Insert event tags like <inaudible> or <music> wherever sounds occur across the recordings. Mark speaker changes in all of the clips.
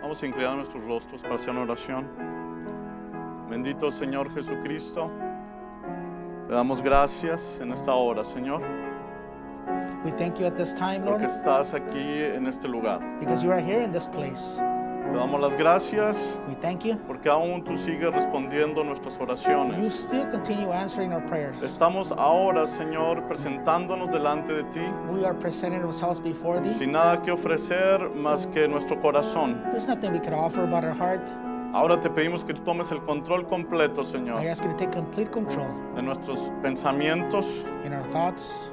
Speaker 1: Vamos a inclinar nuestros rostros para hacer una oración. Bendito Señor Jesucristo, le damos gracias en esta hora, Señor,
Speaker 2: We thank you at this time, Lord,
Speaker 1: porque estás aquí en este lugar.
Speaker 2: because you are here in this place.
Speaker 1: Te damos las gracias
Speaker 2: We thank you.
Speaker 1: porque aún tú sigues respondiendo nuestras
Speaker 2: You
Speaker 1: oraciones.
Speaker 2: still continue answering our prayers.
Speaker 1: Estamos ahora, Señor, presentándonos delante de ti
Speaker 2: We are presenting ourselves before thee.
Speaker 1: sin nada que ofrecer más que nuestro corazón.
Speaker 2: There's nothing we can offer but our heart.
Speaker 1: Ahora te pedimos que tú tomes el control completo,
Speaker 2: I
Speaker 1: Señor,
Speaker 2: ask you to take complete control
Speaker 1: de nuestros pensamientos,
Speaker 2: in our thoughts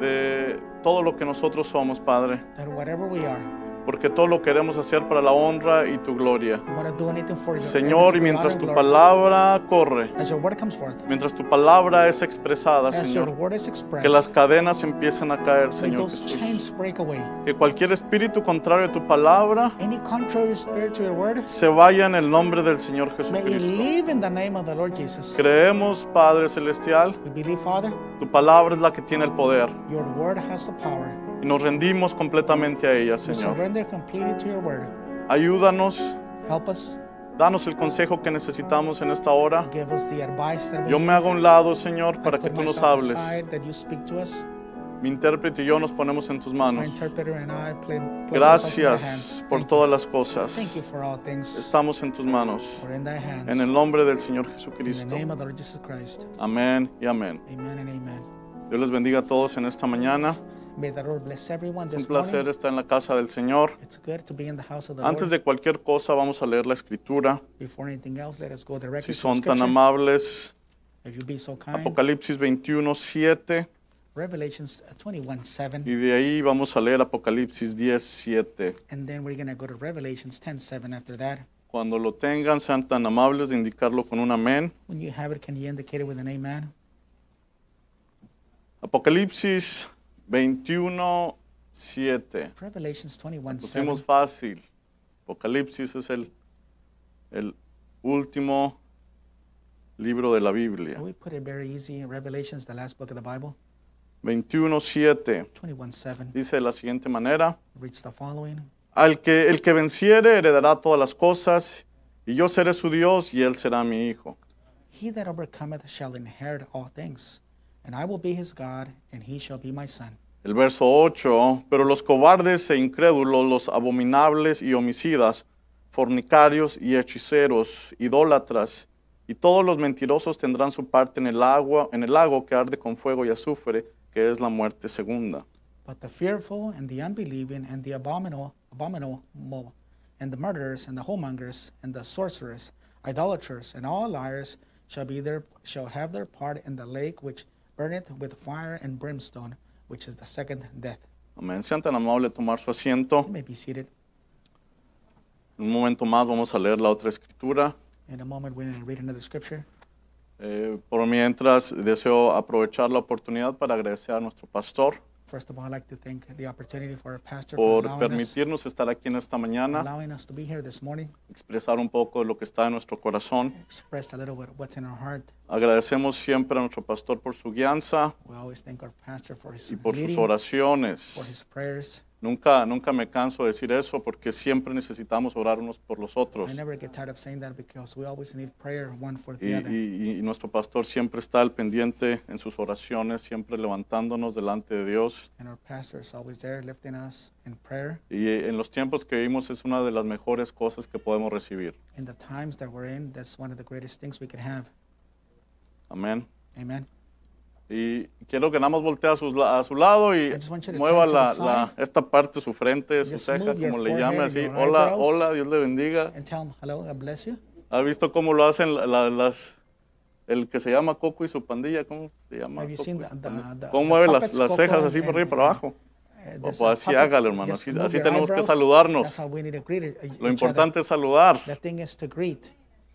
Speaker 1: de todo lo que nosotros somos, Padre,
Speaker 2: and whatever we are.
Speaker 1: porque todo lo queremos hacer para la honra y tu gloria.
Speaker 2: We want to do anything for you.
Speaker 1: Señor, y
Speaker 2: Everything for
Speaker 1: mientras tu
Speaker 2: your honor and glory.
Speaker 1: palabra corre,
Speaker 2: As your word comes forth,
Speaker 1: mientras tu palabra es expresada,
Speaker 2: as your
Speaker 1: Señor,
Speaker 2: word is
Speaker 1: que las
Speaker 2: expressed,
Speaker 1: cadenas empiecen a caer,
Speaker 2: may
Speaker 1: Señor
Speaker 2: those chains
Speaker 1: Jesús.
Speaker 2: break away.
Speaker 1: Que cualquier espíritu contrario a tu palabra
Speaker 2: Any contrary spirit to your word,
Speaker 1: se vaya en el nombre del Señor
Speaker 2: may it
Speaker 1: Jesucristo.
Speaker 2: leave in the name of the Lord Jesus.
Speaker 1: Creemos, Padre Celestial,
Speaker 2: We believe, Father,
Speaker 1: tu palabra es la que tiene el poder
Speaker 2: your word has the power.
Speaker 1: y nos rendimos completamente a ella,
Speaker 2: We
Speaker 1: Señor.
Speaker 2: surrender completely to your word.
Speaker 1: Ayúdanos,
Speaker 2: Help us,
Speaker 1: danos el consejo que necesitamos en esta hora.
Speaker 2: give us the advice that we
Speaker 1: Yo me hago a un lado, Señor,
Speaker 2: I
Speaker 1: para que
Speaker 2: put
Speaker 1: tú nos
Speaker 2: myself
Speaker 1: hables.
Speaker 2: aside, that you speak to us.
Speaker 1: Mi intérprete y yo nos ponemos en tus
Speaker 2: My
Speaker 1: manos.
Speaker 2: interpreter and I play,
Speaker 1: Gracias por todas las cosas.
Speaker 2: Thank you for all things.
Speaker 1: Estamos en tus manos.
Speaker 2: We're in thy hands.
Speaker 1: En el nombre del Señor
Speaker 2: in the
Speaker 1: Jesucristo.
Speaker 2: name of the Lord Jesus Christ.
Speaker 1: Amén y amén.
Speaker 2: Amen and amen.
Speaker 1: Dios les bendiga a todos en esta mañana.
Speaker 2: May the Lord bless everyone
Speaker 1: Es un
Speaker 2: this
Speaker 1: placer
Speaker 2: morning.
Speaker 1: estar en la casa del Señor.
Speaker 2: It's good to be in the house of the
Speaker 1: Antes
Speaker 2: Lord.
Speaker 1: de cualquier cosa vamos a leer la escritura.
Speaker 2: Before anything else, let us go directly
Speaker 1: Si
Speaker 2: to
Speaker 1: son tan
Speaker 2: Scripture.
Speaker 1: amables,
Speaker 2: If you be so kind.
Speaker 1: Apocalipsis 21, 7.
Speaker 2: Revelation 21, 7.
Speaker 1: Y de ahí vamos a leer Apocalipsis 10, 7.
Speaker 2: And then we're going to go to Revelations 10, 7 after that.
Speaker 1: Cuando lo tengan, sean tan amables de indicarlo con un amén.
Speaker 2: When you have it, can you indicate it with an amen?
Speaker 1: Apocalipsis 21, 7.
Speaker 2: Revelations 21, 7.
Speaker 1: Pusimos fácil. Apocalipsis es el, el último libro de la Biblia.
Speaker 2: We put it very easy. Revelations, the last book of the Bible,
Speaker 1: 21.7
Speaker 2: 21, 7.
Speaker 1: dice de la siguiente manera.
Speaker 2: Reads the following.
Speaker 1: Al que el que venciere heredará todas las cosas, y yo seré su Dios y él será mi hijo.
Speaker 2: He that overcometh shall inherit all things, and I will be his God, and he shall be my son.
Speaker 1: El verso 8, pero los cobardes e incrédulos, los abominables y homicidas, fornicarios y hechiceros, idólatras, y todos los mentirosos tendrán su parte en el agua, en el lago que arde con fuego y azufre, que es la muerte segunda.
Speaker 2: But the fearful, and the unbelieving, and the abominable, abominable, and the murderers, and the whomongers, and the sorcerers, idolaters, and all liars shall be their shall have their part in the lake which burneth with fire and brimstone, which is the second death.
Speaker 1: Amén. Sean tan amables de tomar su asiento.
Speaker 2: You may be seated.
Speaker 1: En un momento más vamos a leer la otra escritura.
Speaker 2: In a moment, we're going to read another scripture.
Speaker 1: Eh, por mientras, deseo aprovechar la oportunidad para agradecer a nuestro pastor
Speaker 2: First of all, I'd like to thank the opportunity for our pastor for
Speaker 1: por
Speaker 2: allowing us,
Speaker 1: permitirnos estar aquí en esta mañana,
Speaker 2: allowing us to be here this morning,
Speaker 1: expresar un poco de lo que está en nuestro corazón.
Speaker 2: express a little bit what's in our heart.
Speaker 1: Agradecemos siempre a nuestro pastor por su guianza
Speaker 2: We always thank our pastor for his
Speaker 1: y por sus
Speaker 2: leading, for
Speaker 1: oraciones.
Speaker 2: his prayers.
Speaker 1: Nunca, nunca me canso de decir eso porque siempre necesitamos orar unos por los otros.
Speaker 2: I never get tired of saying that because we always need prayer one for
Speaker 1: Y,
Speaker 2: the other.
Speaker 1: y- y nuestro pastor siempre está al pendiente en sus oraciones, siempre levantándonos delante de Dios.
Speaker 2: And our pastor is always there lifting us in prayer.
Speaker 1: Y eh, en los tiempos que vivimos es una de las mejores cosas que podemos recibir.
Speaker 2: In the times that we're in, that's one of the greatest things we can have.
Speaker 1: Amén.
Speaker 2: Amen.
Speaker 1: Y quiero que nada más voltee a, sus la- a su lado y
Speaker 2: I just want you to
Speaker 1: mueva
Speaker 2: turn to
Speaker 1: la,
Speaker 2: the
Speaker 1: la- esta parte, su frente, su
Speaker 2: Just
Speaker 1: ceja,
Speaker 2: move your
Speaker 1: como le llame
Speaker 2: forehead,
Speaker 1: así.
Speaker 2: your
Speaker 1: Hola,
Speaker 2: eyebrows.
Speaker 1: hola, Dios le bendiga.
Speaker 2: And tell him, hello, God bless you.
Speaker 1: ¿Ha visto cómo lo hacen la- la- las el que se llama Coco y su pandilla? ¿Cómo se llama?
Speaker 2: Have you
Speaker 1: Coco
Speaker 2: seen
Speaker 1: y
Speaker 2: the-
Speaker 1: su
Speaker 2: the-
Speaker 1: pandilla?
Speaker 2: the-
Speaker 1: ¿Cómo
Speaker 2: the
Speaker 1: mueve las,
Speaker 2: puppets,
Speaker 1: las
Speaker 2: Coco
Speaker 1: cejas así
Speaker 2: and-
Speaker 1: para arriba y
Speaker 2: and-
Speaker 1: para abajo?
Speaker 2: Uh,
Speaker 1: Pues
Speaker 2: there's some
Speaker 1: así
Speaker 2: puppets.
Speaker 1: hágale, hermano.
Speaker 2: Just
Speaker 1: Así,
Speaker 2: move
Speaker 1: así
Speaker 2: your
Speaker 1: tenemos que
Speaker 2: eyebrows. That's
Speaker 1: saludarnos.
Speaker 2: how we need to greet e- each
Speaker 1: Lo
Speaker 2: other.
Speaker 1: importante es saludar.
Speaker 2: The thing is to greet.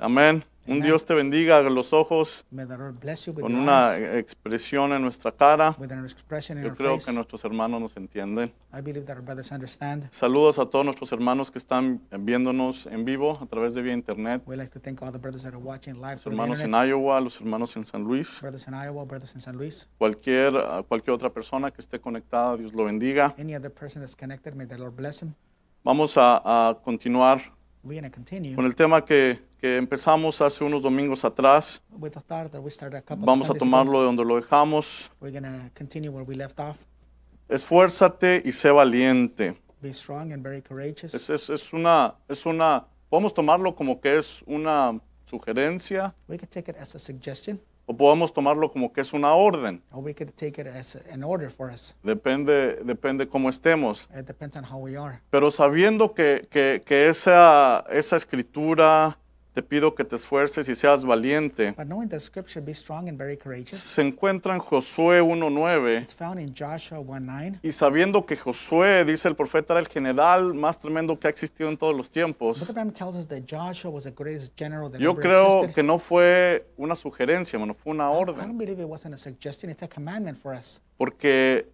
Speaker 1: Amén. Un
Speaker 2: Amen.
Speaker 1: Dios te bendiga los ojos
Speaker 2: May the Lord bless you with,
Speaker 1: con
Speaker 2: your
Speaker 1: una
Speaker 2: eyes,
Speaker 1: expresión en nuestra cara.
Speaker 2: with an expression in
Speaker 1: Yo
Speaker 2: your
Speaker 1: creo
Speaker 2: face.
Speaker 1: que nuestros hermanos nos entienden.
Speaker 2: I believe that our brothers understand.
Speaker 1: Saludos a todos nuestros hermanos que están viéndonos en vivo a través de vía internet.
Speaker 2: We'd like to thank all the brothers that are watching live
Speaker 1: Los
Speaker 2: through the
Speaker 1: hermanos en
Speaker 2: internet.
Speaker 1: Iowa, los hermanos en San Luis.
Speaker 2: Brothers in Iowa, brothers in San Luis.
Speaker 1: cualquier, a cualquier otra persona que esté conectada, Dios lo bendiga.
Speaker 2: Any other person that's connected, may the Lord bless him.
Speaker 1: Vamos a, a continuar
Speaker 2: We're going to continue
Speaker 1: Con el tema que, que empezamos hace unos domingos atrás,
Speaker 2: with the thought that we started a couple
Speaker 1: vamos a
Speaker 2: of Sundays ago.
Speaker 1: tomarlo de donde lo dejamos.
Speaker 2: We're going to continue where we left off.
Speaker 1: Esfuérzate y sé valiente.
Speaker 2: Be strong and very courageous.
Speaker 1: Es, es- es una, es una, podemos tomarlo como que es una sugerencia
Speaker 2: we could take it as a suggestion,
Speaker 1: o podemos tomarlo como que es una orden.
Speaker 2: or we could take it as an order for us.
Speaker 1: Depende, depende cómo estemos.
Speaker 2: It depends on how we are.
Speaker 1: Pero sabiendo que, que- que esa, esa escritura, te pido que te esfuerces y seas valiente,
Speaker 2: But knowing the scripture, be strong and very courageous.
Speaker 1: se encuentra en Josué 1.9.
Speaker 2: It's found in Joshua 1 9.
Speaker 1: Y sabiendo que Josué, dice el profeta, era el general más tremendo que ha existido en todos los
Speaker 2: Book
Speaker 1: tiempos,
Speaker 2: of Mormon tells us that Joshua was the greatest general that
Speaker 1: yo
Speaker 2: ever
Speaker 1: creo
Speaker 2: existed.
Speaker 1: que no fue una sugerencia, Ah, bueno, fue una
Speaker 2: I
Speaker 1: orden.
Speaker 2: don't believe it wasn't a suggestion, it's a commandment for us
Speaker 1: porque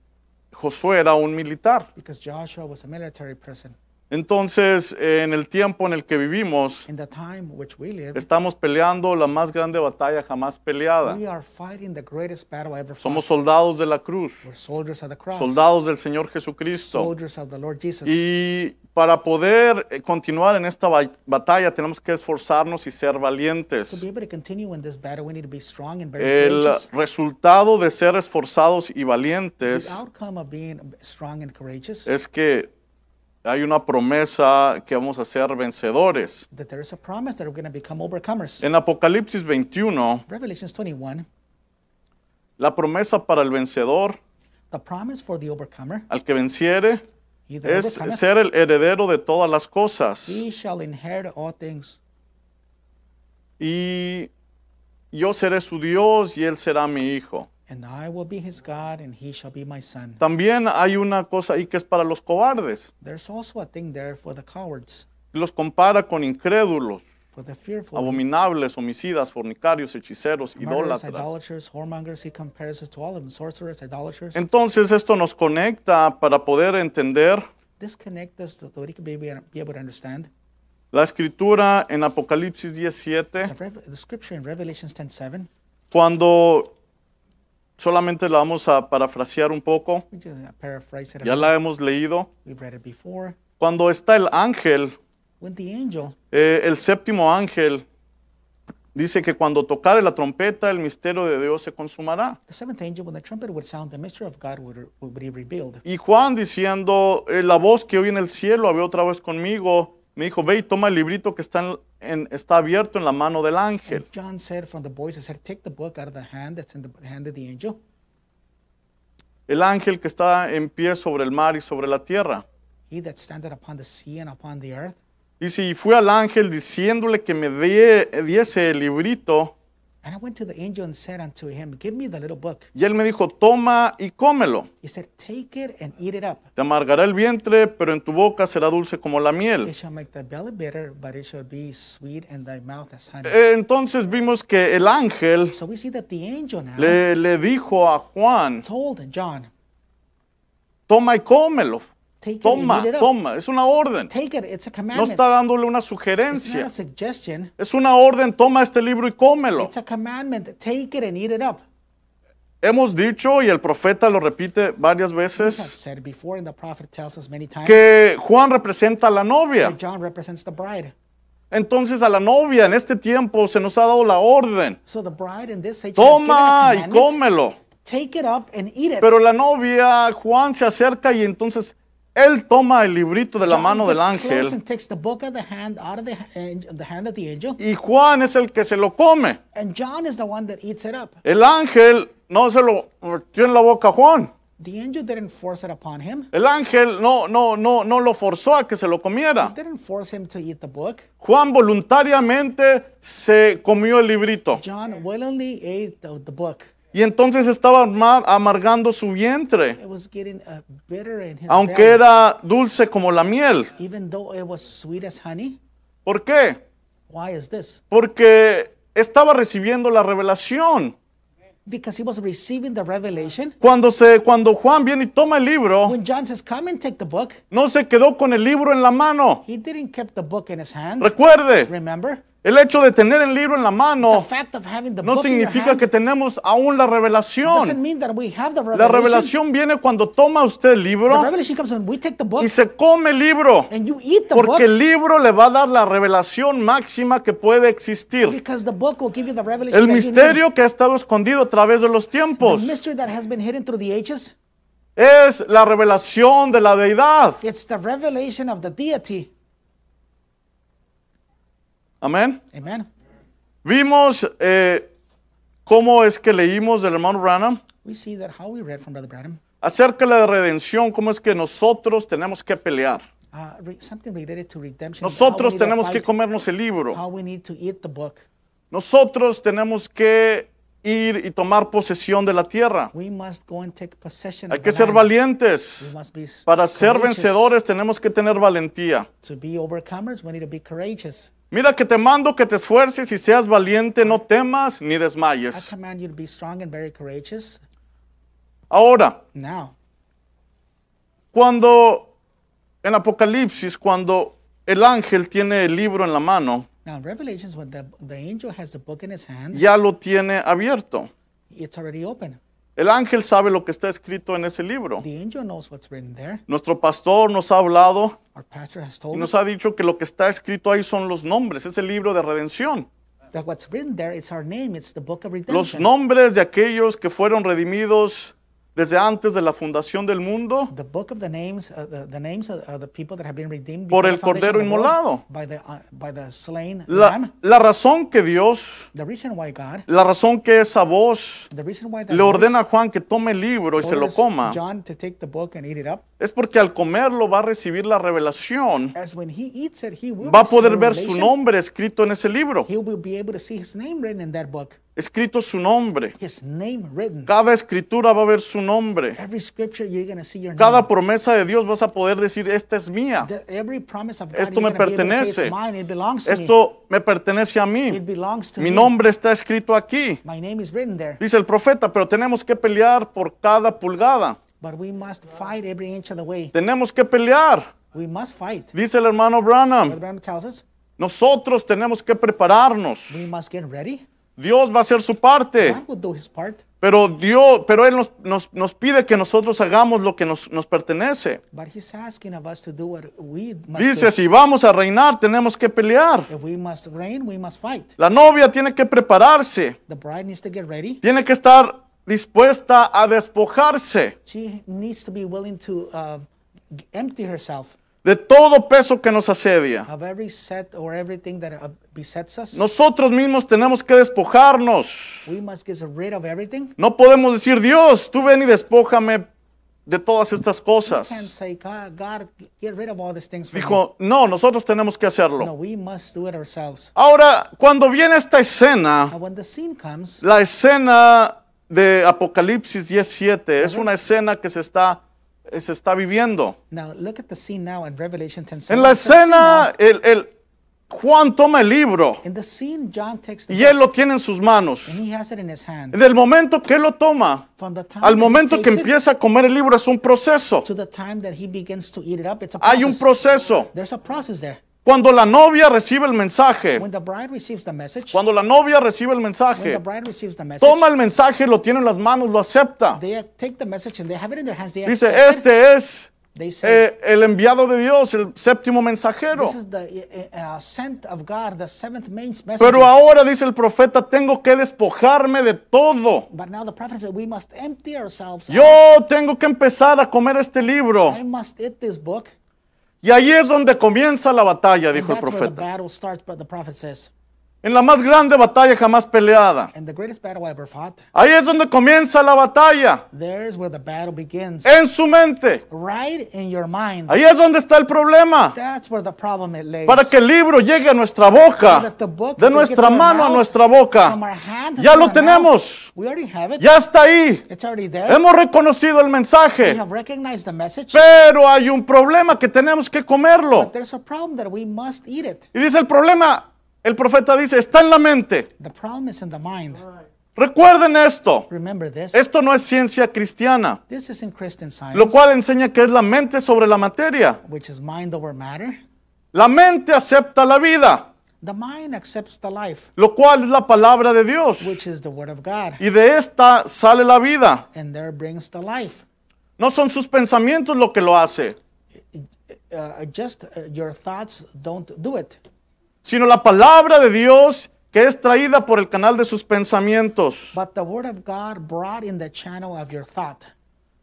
Speaker 1: Josué era un militar.
Speaker 2: because Joshua was a military person.
Speaker 1: Entonces, eh, en el tiempo en el que vivimos,
Speaker 2: In the time which we live,
Speaker 1: estamos peleando la más grande batalla jamás peleada.
Speaker 2: we are fighting the greatest battle ever fought.
Speaker 1: Somos soldados de la cruz,
Speaker 2: We're soldiers of the cross,
Speaker 1: soldados del Señor Jesucristo.
Speaker 2: soldiers of the Lord Jesus.
Speaker 1: Y para poder eh, continuar en esta ba- batalla tenemos que esforzarnos y ser
Speaker 2: To
Speaker 1: valientes.
Speaker 2: be able to continue in this battle, we need to be strong and very
Speaker 1: El
Speaker 2: courageous.
Speaker 1: resultado de ser esforzados y
Speaker 2: The
Speaker 1: valientes
Speaker 2: outcome of being strong and courageous
Speaker 1: es que hay una promesa que vamos a ser vencedores.
Speaker 2: that there is a promise that we're going to become overcomers.
Speaker 1: En Apocalipsis 21,
Speaker 2: Revelations 21,
Speaker 1: la promesa para el vencedor,
Speaker 2: the promise for the overcomer,
Speaker 1: al que venciere,
Speaker 2: he that
Speaker 1: es
Speaker 2: overcometh,
Speaker 1: ser el heredero de todas las cosas.
Speaker 2: he shall inherit all things.
Speaker 1: Y yo seré su Dios y él será mi hijo.
Speaker 2: And I will be his God, and he shall be my son.
Speaker 1: También hay una cosa ahí que es para los cobardes.
Speaker 2: There's also a thing there for the cowards,
Speaker 1: Los compara con incrédulos,
Speaker 2: for the
Speaker 1: Ah,
Speaker 2: fearful,
Speaker 1: abominables, homicidas, fornicarios, hechiceros,
Speaker 2: murderers,
Speaker 1: idólatras.
Speaker 2: idolaters, whoremongers. He compares us to all of them, sorcerers, idolaters.
Speaker 1: Entonces esto nos conecta para poder entender
Speaker 2: Disconnect us so that we can be, be able to understand.
Speaker 1: la escritura en Apocalipsis 17.
Speaker 2: The, rev- the scripture in Revelations 10:7.
Speaker 1: cuando solamente la vamos a parafrasear un poco,
Speaker 2: we just uh, paraphrase it. a
Speaker 1: ya
Speaker 2: bit.
Speaker 1: la hemos leído,
Speaker 2: We've read it before.
Speaker 1: cuando está el ángel,
Speaker 2: When the angel,
Speaker 1: eh, el séptimo ángel, dice que cuando tocare la trompeta, el misterio de Dios se consumará.
Speaker 2: the seventh angel, when the trumpet would sound, the mystery of God would, would be revealed.
Speaker 1: Y Juan diciendo, eh, la voz que oí en el cielo había otra vez conmigo, me dijo, ve y toma el librito que está, en- en- está abierto en la mano del ángel.
Speaker 2: And John said from the voice, he said, Take the book out of the hand that's in the hand of the angel,
Speaker 1: El ángel que está en pie sobre el mar y sobre la tierra.
Speaker 2: he that standeth upon the sea and upon the earth.
Speaker 1: Dice, y fui al ángel diciéndole que me die- diese el librito,
Speaker 2: And I went to the angel and said unto him, Give me the little book.
Speaker 1: y él me dijo, toma y cómelo.
Speaker 2: He said, Take it and eat it up.
Speaker 1: Te amargará el vientre, pero en tu boca será dulce como la
Speaker 2: It
Speaker 1: miel.
Speaker 2: shall make thy belly bitter, but it shall be sweet in thy mouth as honey.
Speaker 1: Eh, Entonces vimos que el ángel
Speaker 2: So we see that the angel now
Speaker 1: le, le dijo a Juan,
Speaker 2: told John,
Speaker 1: toma y cómelo.
Speaker 2: Take it
Speaker 1: Toma,
Speaker 2: and eat it up.
Speaker 1: toma. Es una orden.
Speaker 2: Take it, it's a
Speaker 1: No
Speaker 2: commandment.
Speaker 1: está dándole una
Speaker 2: it's not
Speaker 1: sugerencia.
Speaker 2: a suggestion,
Speaker 1: Es una orden, toma este libro y cómelo.
Speaker 2: it's a commandment. Take it and eat it up.
Speaker 1: Hemos dicho, y el profeta lo repite varias
Speaker 2: We have
Speaker 1: veces,
Speaker 2: said before, and the prophet tells us many times
Speaker 1: que Juan representa a la novia.
Speaker 2: that John represents the bride.
Speaker 1: Entonces a la novia en este tiempo se nos ha dado la orden,
Speaker 2: So the bride in this age
Speaker 1: toma
Speaker 2: has
Speaker 1: y
Speaker 2: given a commandment,
Speaker 1: cómelo.
Speaker 2: take it up and eat it.
Speaker 1: Pero la novia, Juan se acerca y entonces él toma el librito de la
Speaker 2: John
Speaker 1: mano del
Speaker 2: gets close
Speaker 1: ángel
Speaker 2: and takes the book of the hand out of the, hand- the hand of the angel,
Speaker 1: y Juan es el que se lo come.
Speaker 2: and John is the one that eats it up.
Speaker 1: El ángel no se lo metió en la boca a Juan.
Speaker 2: The angel didn't force it upon him.
Speaker 1: El ángel no, no, no, no lo forzó a que se lo comiera.
Speaker 2: Didn't force him to eat the book.
Speaker 1: Juan voluntariamente se comió el librito
Speaker 2: John willingly ate the, the book.
Speaker 1: y entonces estaba amar- amargando su vientre,
Speaker 2: It was getting uh, bitter in his
Speaker 1: aunque
Speaker 2: belly,
Speaker 1: era dulce como la miel.
Speaker 2: even though it was sweet as honey.
Speaker 1: ¿Por qué?
Speaker 2: Why is this?
Speaker 1: Porque estaba recibiendo la revelación.
Speaker 2: Because he was receiving the revelation.
Speaker 1: Cuando, se, cuando Juan viene y toma el libro,
Speaker 2: When John says, "Come and take the book,"
Speaker 1: no se quedó con el libro en la mano.
Speaker 2: he didn't keep the book in his hand.
Speaker 1: Recuerde,
Speaker 2: Remember,
Speaker 1: El hecho de tener el libro en la
Speaker 2: The
Speaker 1: mano
Speaker 2: fact of having the
Speaker 1: Oh. no
Speaker 2: book in your
Speaker 1: significa
Speaker 2: hand
Speaker 1: que tenemos aún la
Speaker 2: doesn't
Speaker 1: revelación.
Speaker 2: mean that we have the
Speaker 1: La
Speaker 2: revelation.
Speaker 1: revelación viene cuando toma usted el
Speaker 2: The
Speaker 1: libro
Speaker 2: revelation comes when we take the book
Speaker 1: y se come el libro.
Speaker 2: and you eat the
Speaker 1: Porque
Speaker 2: book
Speaker 1: el libro le va a dar la revelación máxima que puede existir.
Speaker 2: because the book will give you the revelation.
Speaker 1: El
Speaker 2: that you need.
Speaker 1: misterio que ha estado escondido a través de los
Speaker 2: the
Speaker 1: tiempos
Speaker 2: mystery that has been hidden through the ages,
Speaker 1: es la revelación de la deidad.
Speaker 2: it's the revelation of the deity.
Speaker 1: Amén.
Speaker 2: Amen.
Speaker 1: Vimos eh, cómo es que leímos del hermano Branham
Speaker 2: We see that how we read from Brother Branham,
Speaker 1: acerca de la redención, cómo es que nosotros tenemos que pelear.
Speaker 2: uh, re- something related to redemption.
Speaker 1: Nosotros
Speaker 2: how we, need
Speaker 1: tenemos
Speaker 2: to
Speaker 1: que
Speaker 2: fight,
Speaker 1: comernos el libro.
Speaker 2: how we need to eat the book.
Speaker 1: Nosotros tenemos que ir y tomar posesión de la tierra.
Speaker 2: We must go and take possession
Speaker 1: Hay
Speaker 2: of
Speaker 1: que
Speaker 2: the
Speaker 1: ser
Speaker 2: land. We
Speaker 1: valientes.
Speaker 2: must be
Speaker 1: Para ser
Speaker 2: courageous.
Speaker 1: vencedores tenemos que tener valentía.
Speaker 2: To be overcomers, we need to be courageous.
Speaker 1: Mira que te mando que te esfuerces y seas valiente, no temas ni
Speaker 2: I
Speaker 1: desmayes.
Speaker 2: command you to be strong and very courageous.
Speaker 1: Ahora,
Speaker 2: Now,
Speaker 1: cuando en Apocalipsis, cuando el ángel tiene el libro en la mano,
Speaker 2: now in Revelations, when the, the angel has the book in his hand,
Speaker 1: ya lo tiene abierto.
Speaker 2: it's already open.
Speaker 1: El ángel sabe lo que está escrito en ese libro.
Speaker 2: The angel knows what's written there.
Speaker 1: Nuestro pastor nos ha hablado
Speaker 2: Our pastor has
Speaker 1: y
Speaker 2: told us
Speaker 1: nos ha dicho que lo que está escrito ahí son los nombres, es el libro de redención.
Speaker 2: that what's written there is our name. It's the book of
Speaker 1: Los
Speaker 2: redemption.
Speaker 1: nombres de aquellos que fueron redimidos desde antes de la fundación del mundo
Speaker 2: the book of the names, uh, the, the names of, of the people that have been redeemed
Speaker 1: Por
Speaker 2: before
Speaker 1: el
Speaker 2: the foundation
Speaker 1: Cordero
Speaker 2: of the world
Speaker 1: Inmolado.
Speaker 2: by the uh, by the slain
Speaker 1: La,
Speaker 2: lamb.
Speaker 1: la razón que Dios,
Speaker 2: The reason why God,
Speaker 1: la razón que esa voz
Speaker 2: the reason why the
Speaker 1: le ordena a Juan que tome el libro y se lo coma,
Speaker 2: John to take the book and eat it up,
Speaker 1: es porque al comerlo va a recibir la revelación,
Speaker 2: as when he eats it, he will
Speaker 1: va a
Speaker 2: receive
Speaker 1: poder
Speaker 2: the
Speaker 1: ver su
Speaker 2: revelation.
Speaker 1: nombre escrito en ese libro,
Speaker 2: He will be able to see his name written in that book.
Speaker 1: escrito su nombre.
Speaker 2: His name written.
Speaker 1: Cada escritura va a ver su nombre.
Speaker 2: Every scripture you're gonna see your name.
Speaker 1: Cada promesa de Dios vas a poder decir, esta es mía,
Speaker 2: The- every promise of God
Speaker 1: Esto
Speaker 2: you're
Speaker 1: me
Speaker 2: gonna be able to say,
Speaker 1: pertenece.
Speaker 2: It's mine. It belongs to me.
Speaker 1: esto me pertenece a mí,
Speaker 2: It belongs to
Speaker 1: mi
Speaker 2: me.
Speaker 1: nombre está escrito aquí.
Speaker 2: My name is written there.
Speaker 1: Dice el profeta, pero tenemos que pelear por cada pulgada.
Speaker 2: But we must fight every inch of the way.
Speaker 1: Tenemos que pelear.
Speaker 2: We must fight.
Speaker 1: Dice el hermano Branham,
Speaker 2: Brother Branham tells us
Speaker 1: nosotros tenemos que prepararnos.
Speaker 2: we must get ready.
Speaker 1: Dios va a hacer su parte,
Speaker 2: God will do his part,
Speaker 1: pero Dios, pero Él nos, nos- nos pide que nosotros hagamos lo que nos, nos pertenece.
Speaker 2: but he's asking of us to do what we must
Speaker 1: Dice, si vamos a reinar, tenemos que pelear.
Speaker 2: do. If we must reign, we must fight.
Speaker 1: La novia tiene que prepararse,
Speaker 2: The bride needs to get ready.
Speaker 1: tiene que estar dispuesta a despojarse
Speaker 2: She needs to be willing to uh, g- empty herself
Speaker 1: de todo peso que nos asedia.
Speaker 2: of every set or everything that uh, besets us.
Speaker 1: Nosotros mismos tenemos que despojarnos.
Speaker 2: We must get rid of everything.
Speaker 1: No podemos decir, Dios, tú ven y despójame de todas estas
Speaker 2: And
Speaker 1: cosas.
Speaker 2: say, God, God, get rid of all these things for me.
Speaker 1: Dijo, no, nosotros tenemos que
Speaker 2: No,
Speaker 1: hacerlo.
Speaker 2: we must do it ourselves.
Speaker 1: Ahora, cuando viene esta escena,
Speaker 2: And when the scene comes,
Speaker 1: la escena de Apocalipsis 17, es una escena que se está, se está viviendo.
Speaker 2: now look at the scene now in Revelation 10.
Speaker 1: En la
Speaker 2: Look at the scene now.
Speaker 1: escena, el, el- Juan toma el libro
Speaker 2: In the scene, John takes the
Speaker 1: y él lo tiene en sus manos.
Speaker 2: and he has it in his hand.
Speaker 1: Del momento que él lo toma,
Speaker 2: From the time
Speaker 1: al
Speaker 2: that he
Speaker 1: momento que
Speaker 2: takes it
Speaker 1: empieza a comer el libro, es un proceso.
Speaker 2: to the time that he begins to eat it up, it's a process.
Speaker 1: Hay un proceso.
Speaker 2: There's a process there.
Speaker 1: Cuando la novia recibe el mensaje,
Speaker 2: When the bride receives the message,
Speaker 1: cuando la novia recibe el
Speaker 2: when the
Speaker 1: mensaje,
Speaker 2: bride receives the message,
Speaker 1: toma el mensaje, lo tiene en las manos, lo acepta.
Speaker 2: they take the message and they have it in their hands. They
Speaker 1: Dice,
Speaker 2: accept it.
Speaker 1: este es
Speaker 2: They say,
Speaker 1: eh, el enviado de Dios, el séptimo mensajero.
Speaker 2: this is the uh, uh, sent of God, the seventh main message.
Speaker 1: Pero ahora dice el profeta, tengo que despojarme de todo.
Speaker 2: but now the prophet said, we must empty ourselves.
Speaker 1: Yo tengo que empezar a comer este libro.
Speaker 2: I must eat this book.
Speaker 1: Y ahí es donde comienza la batalla,
Speaker 2: And
Speaker 1: dijo el
Speaker 2: that's where the
Speaker 1: profeta.
Speaker 2: battle starts, but the prophet says.
Speaker 1: En la más grande batalla jamás peleada.
Speaker 2: And the greatest battle I ever fought,
Speaker 1: Ahí es donde comienza la batalla.
Speaker 2: there's where the battle begins.
Speaker 1: En su mente.
Speaker 2: Right in your mind.
Speaker 1: Ahí es donde está el problema.
Speaker 2: That's where the problem it lays.
Speaker 1: para que el libro llegue a nuestra boca, de nuestra mano a nuestra boca.
Speaker 2: From our hand
Speaker 1: Ya
Speaker 2: to
Speaker 1: lo
Speaker 2: our
Speaker 1: tenemos,
Speaker 2: mouth. We already have it.
Speaker 1: ya está ahí.
Speaker 2: It's already there.
Speaker 1: Hemos reconocido el
Speaker 2: We
Speaker 1: mensaje,
Speaker 2: have recognized the message.
Speaker 1: pero hay un problema que tenemos que comerlo.
Speaker 2: There's a problem that we must eat it.
Speaker 1: Y dice el problema, el profeta dice, está en la mente.
Speaker 2: The problem is in the mind.
Speaker 1: Recuerden esto,
Speaker 2: Remember this.
Speaker 1: esto no es ciencia cristiana,
Speaker 2: This is in Christian science,
Speaker 1: lo cual enseña que es la mente sobre la materia.
Speaker 2: which is mind over matter.
Speaker 1: La mente acepta la vida,
Speaker 2: The mind accepts the life,
Speaker 1: lo cual es la palabra de Dios.
Speaker 2: which is the word of God,
Speaker 1: Y de esta sale la vida.
Speaker 2: and there brings the life.
Speaker 1: No son sus pensamientos lo que lo hace,
Speaker 2: Uh, just uh, your thoughts don't do it.
Speaker 1: sino la palabra de Dios que es traída por el canal de sus pensamientos.
Speaker 2: But the word of God brought in the channel of your thought.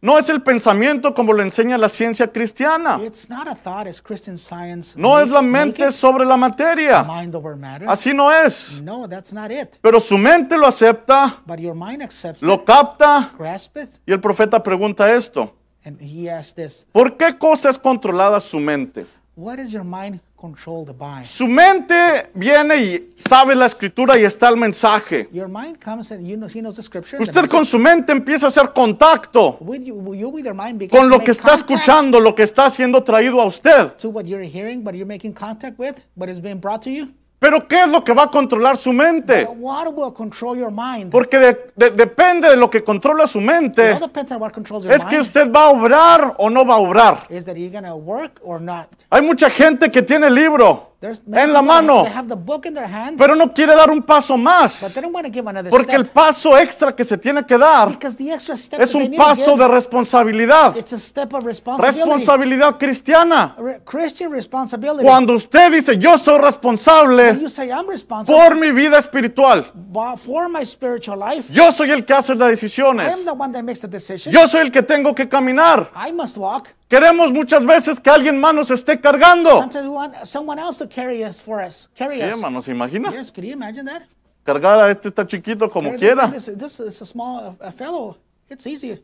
Speaker 1: No es el pensamiento como lo enseña la ciencia cristiana.
Speaker 2: It's not a thought as Christian science.
Speaker 1: No
Speaker 2: make-
Speaker 1: es la
Speaker 2: make
Speaker 1: mente
Speaker 2: it
Speaker 1: sobre la materia.
Speaker 2: mind over matter.
Speaker 1: Así no es.
Speaker 2: No, that's not it.
Speaker 1: Pero su mente lo acepta,
Speaker 2: But your mind accepts it,
Speaker 1: lo capta.
Speaker 2: grasp it,
Speaker 1: Y el profeta pregunta esto.
Speaker 2: and he asks this:
Speaker 1: ¿Por qué cosa es controlada su mente?
Speaker 2: What is your mind controlled by?
Speaker 1: Su mente viene y sabe la escritura y está el mensaje.
Speaker 2: Your mind comes and you know he knows the scripture. the
Speaker 1: Usted
Speaker 2: message.
Speaker 1: con su mente empieza a hacer contacto
Speaker 2: with you, you with your mind begin
Speaker 1: con
Speaker 2: to
Speaker 1: lo
Speaker 2: make
Speaker 1: que está
Speaker 2: contact
Speaker 1: escuchando, lo que está siendo traído a usted.
Speaker 2: to what you're hearing, but you're making contact with, but it's being brought to you.
Speaker 1: Pero ¿qué es lo que va a controlar su mente?
Speaker 2: But What will control your mind?
Speaker 1: Porque de- de- depende de lo que controla su
Speaker 2: it
Speaker 1: mente.
Speaker 2: all depends on what controls your
Speaker 1: Es que
Speaker 2: mind.
Speaker 1: usted va a obrar o no va a obrar.
Speaker 2: is that you're gonna work or not?
Speaker 1: Hay mucha gente que tiene el libro
Speaker 2: There's
Speaker 1: en la
Speaker 2: they-
Speaker 1: mano,
Speaker 2: They have the book in their hand,
Speaker 1: pero no quiere dar un paso
Speaker 2: but
Speaker 1: más.
Speaker 2: they don't want to give another
Speaker 1: Porque el
Speaker 2: step
Speaker 1: paso extra que se tiene que dar
Speaker 2: because the extra step
Speaker 1: es
Speaker 2: that they
Speaker 1: un
Speaker 2: need
Speaker 1: paso
Speaker 2: to give,
Speaker 1: de responsabilidad.
Speaker 2: it's a step of responsibility.
Speaker 1: Responsabilidad cristiana.
Speaker 2: Re- Christian responsibility.
Speaker 1: Cuando usted dice, yo soy
Speaker 2: When
Speaker 1: responsable
Speaker 2: you say I'm responsible
Speaker 1: por mi vida espiritual.
Speaker 2: for, for my spiritual life,
Speaker 1: Yo soy el que hace las
Speaker 2: I'm
Speaker 1: decisiones.
Speaker 2: the one that makes the decision.
Speaker 1: Yo soy el que tengo que caminar.
Speaker 2: I must walk.
Speaker 1: Queremos muchas veces que alguien más nos esté cargando.
Speaker 2: Sometimes we want someone else to carry us for us. Carry
Speaker 1: Sí,
Speaker 2: us.
Speaker 1: hermano, ¿se imagina?
Speaker 2: Yes, could you imagine that?
Speaker 1: Cargar a este está chiquito como
Speaker 2: Carry the-
Speaker 1: quiera.
Speaker 2: This, this is a small uh, fellow. It's easier.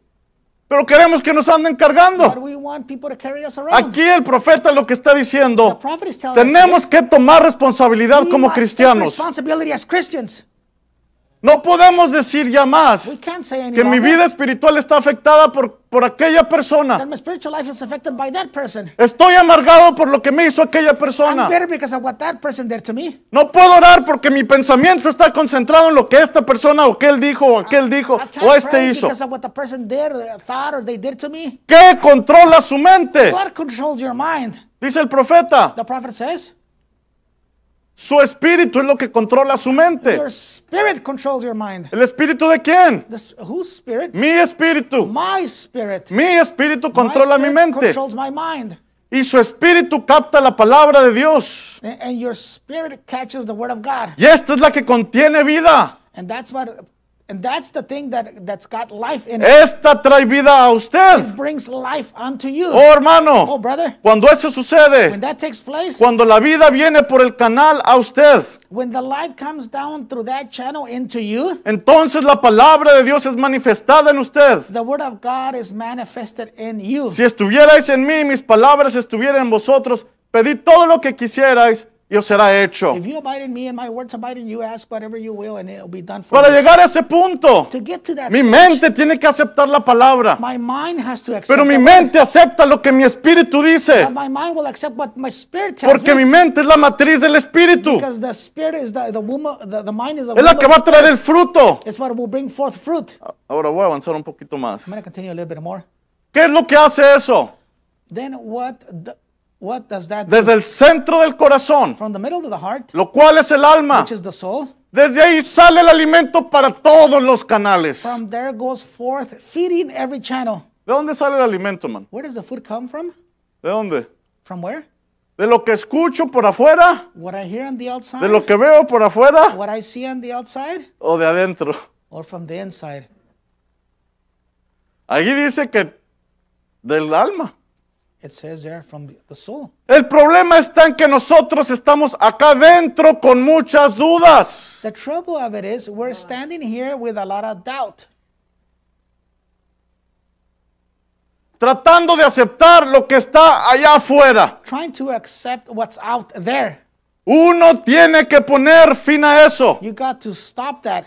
Speaker 1: Pero queremos que nos anden
Speaker 2: But
Speaker 1: cargando.
Speaker 2: we want people to carry us around.
Speaker 1: Aquí el profeta lo que está
Speaker 2: the
Speaker 1: diciendo,
Speaker 2: prophet is telling us.
Speaker 1: Oh, tenemos que tomar responsabilidad
Speaker 2: We
Speaker 1: como
Speaker 2: must take
Speaker 1: cristianos.
Speaker 2: Responsibility as Christians.
Speaker 1: No podemos decir ya
Speaker 2: We
Speaker 1: más
Speaker 2: can't say
Speaker 1: que
Speaker 2: anything.
Speaker 1: mi vida espiritual está afectada por, por aquella
Speaker 2: that
Speaker 1: persona.
Speaker 2: my spiritual life is affected by that person.
Speaker 1: Estoy amargado por lo que me hizo aquella
Speaker 2: I'm
Speaker 1: persona.
Speaker 2: bitter because of what that person did to me.
Speaker 1: No puedo orar porque mi pensamiento está concentrado en lo que esta persona o aquel dijo o aquel dijo
Speaker 2: I can't
Speaker 1: o este
Speaker 2: Ah, pray
Speaker 1: hizo.
Speaker 2: because of what the person did, or thought, or they did to me.
Speaker 1: ¿Qué controla su mente?
Speaker 2: What controls your mind?
Speaker 1: Dice el profeta.
Speaker 2: The prophet says,
Speaker 1: Su espíritu es lo que controla su mente.
Speaker 2: Your spirit controls your mind.
Speaker 1: ¿El espíritu de quién?
Speaker 2: This, whose spirit?
Speaker 1: Mi espíritu.
Speaker 2: My spirit.
Speaker 1: Mi espíritu
Speaker 2: My
Speaker 1: controla mi
Speaker 2: spirit
Speaker 1: mente.
Speaker 2: Controls my mind.
Speaker 1: Y su espíritu capta la palabra de Dios.
Speaker 2: And, and your spirit catches the word of God.
Speaker 1: Y esta es la que contiene vida.
Speaker 2: And that's what and that's the thing that that's got life in it.
Speaker 1: Esta trae vida a usted.
Speaker 2: It brings life unto you.
Speaker 1: Oh
Speaker 2: Oh,
Speaker 1: hermano,
Speaker 2: brother,
Speaker 1: cuando eso
Speaker 2: when
Speaker 1: sucede,
Speaker 2: that takes place,
Speaker 1: cuando la vida viene por el canal a usted,
Speaker 2: when the life comes down through that channel into you,
Speaker 1: entonces la palabra de Dios es manifestada en usted.
Speaker 2: the word of God is manifested in you.
Speaker 1: Si estuvierais en mí, mis palabras estuvieran en vosotros, pedid todo lo que quisierais y os será hecho.
Speaker 2: If you abide in me and my words abide in you, ask whatever you will and it will be done for
Speaker 1: Para
Speaker 2: you.
Speaker 1: llegar a ese punto,
Speaker 2: To get to that
Speaker 1: mi
Speaker 2: stage,
Speaker 1: mente tiene que aceptar la palabra,
Speaker 2: my mind has to accept
Speaker 1: pero mi
Speaker 2: the word.
Speaker 1: mente acepta lo que mi espíritu dice,
Speaker 2: But my mind will accept what my spirit tells
Speaker 1: porque
Speaker 2: me
Speaker 1: mi mente es la matriz del espíritu,
Speaker 2: because the spirit is the, the womb of- the, the mind is the
Speaker 1: es
Speaker 2: womb
Speaker 1: la que
Speaker 2: of-
Speaker 1: va a traer el fruto.
Speaker 2: it's what will bring forth fruit. I'm
Speaker 1: Ahora voy a avanzar un poquito más.
Speaker 2: gonna continue a little bit more.
Speaker 1: ¿Qué es lo que hace eso?
Speaker 2: Then what the, what does that do?
Speaker 1: Desde el centro del corazón,
Speaker 2: From the middle of the heart,
Speaker 1: lo cual es el alma,
Speaker 2: which is the soul,
Speaker 1: desde ahí sale el alimento para todos los canales. ¿De
Speaker 2: from there goes forth feeding every channel.
Speaker 1: dónde sale el alimento, man?
Speaker 2: Where does the food come from?
Speaker 1: ¿De dónde?
Speaker 2: From where?
Speaker 1: De lo que escucho por afuera,
Speaker 2: What I hear on the outside,
Speaker 1: de lo que veo por afuera
Speaker 2: what I see on the outside,
Speaker 1: o de adentro.
Speaker 2: or from the inside.
Speaker 1: Allí dice que del alma.
Speaker 2: It says there from the soul.
Speaker 1: El problema está en que nosotros estamos acá adentro con muchas dudas.
Speaker 2: The trouble of it is we're standing here with a lot of doubt,
Speaker 1: Tratando de aceptar lo que está allá afuera.
Speaker 2: trying to accept what's out there.
Speaker 1: Uno tiene que poner fin a eso
Speaker 2: You got to stop that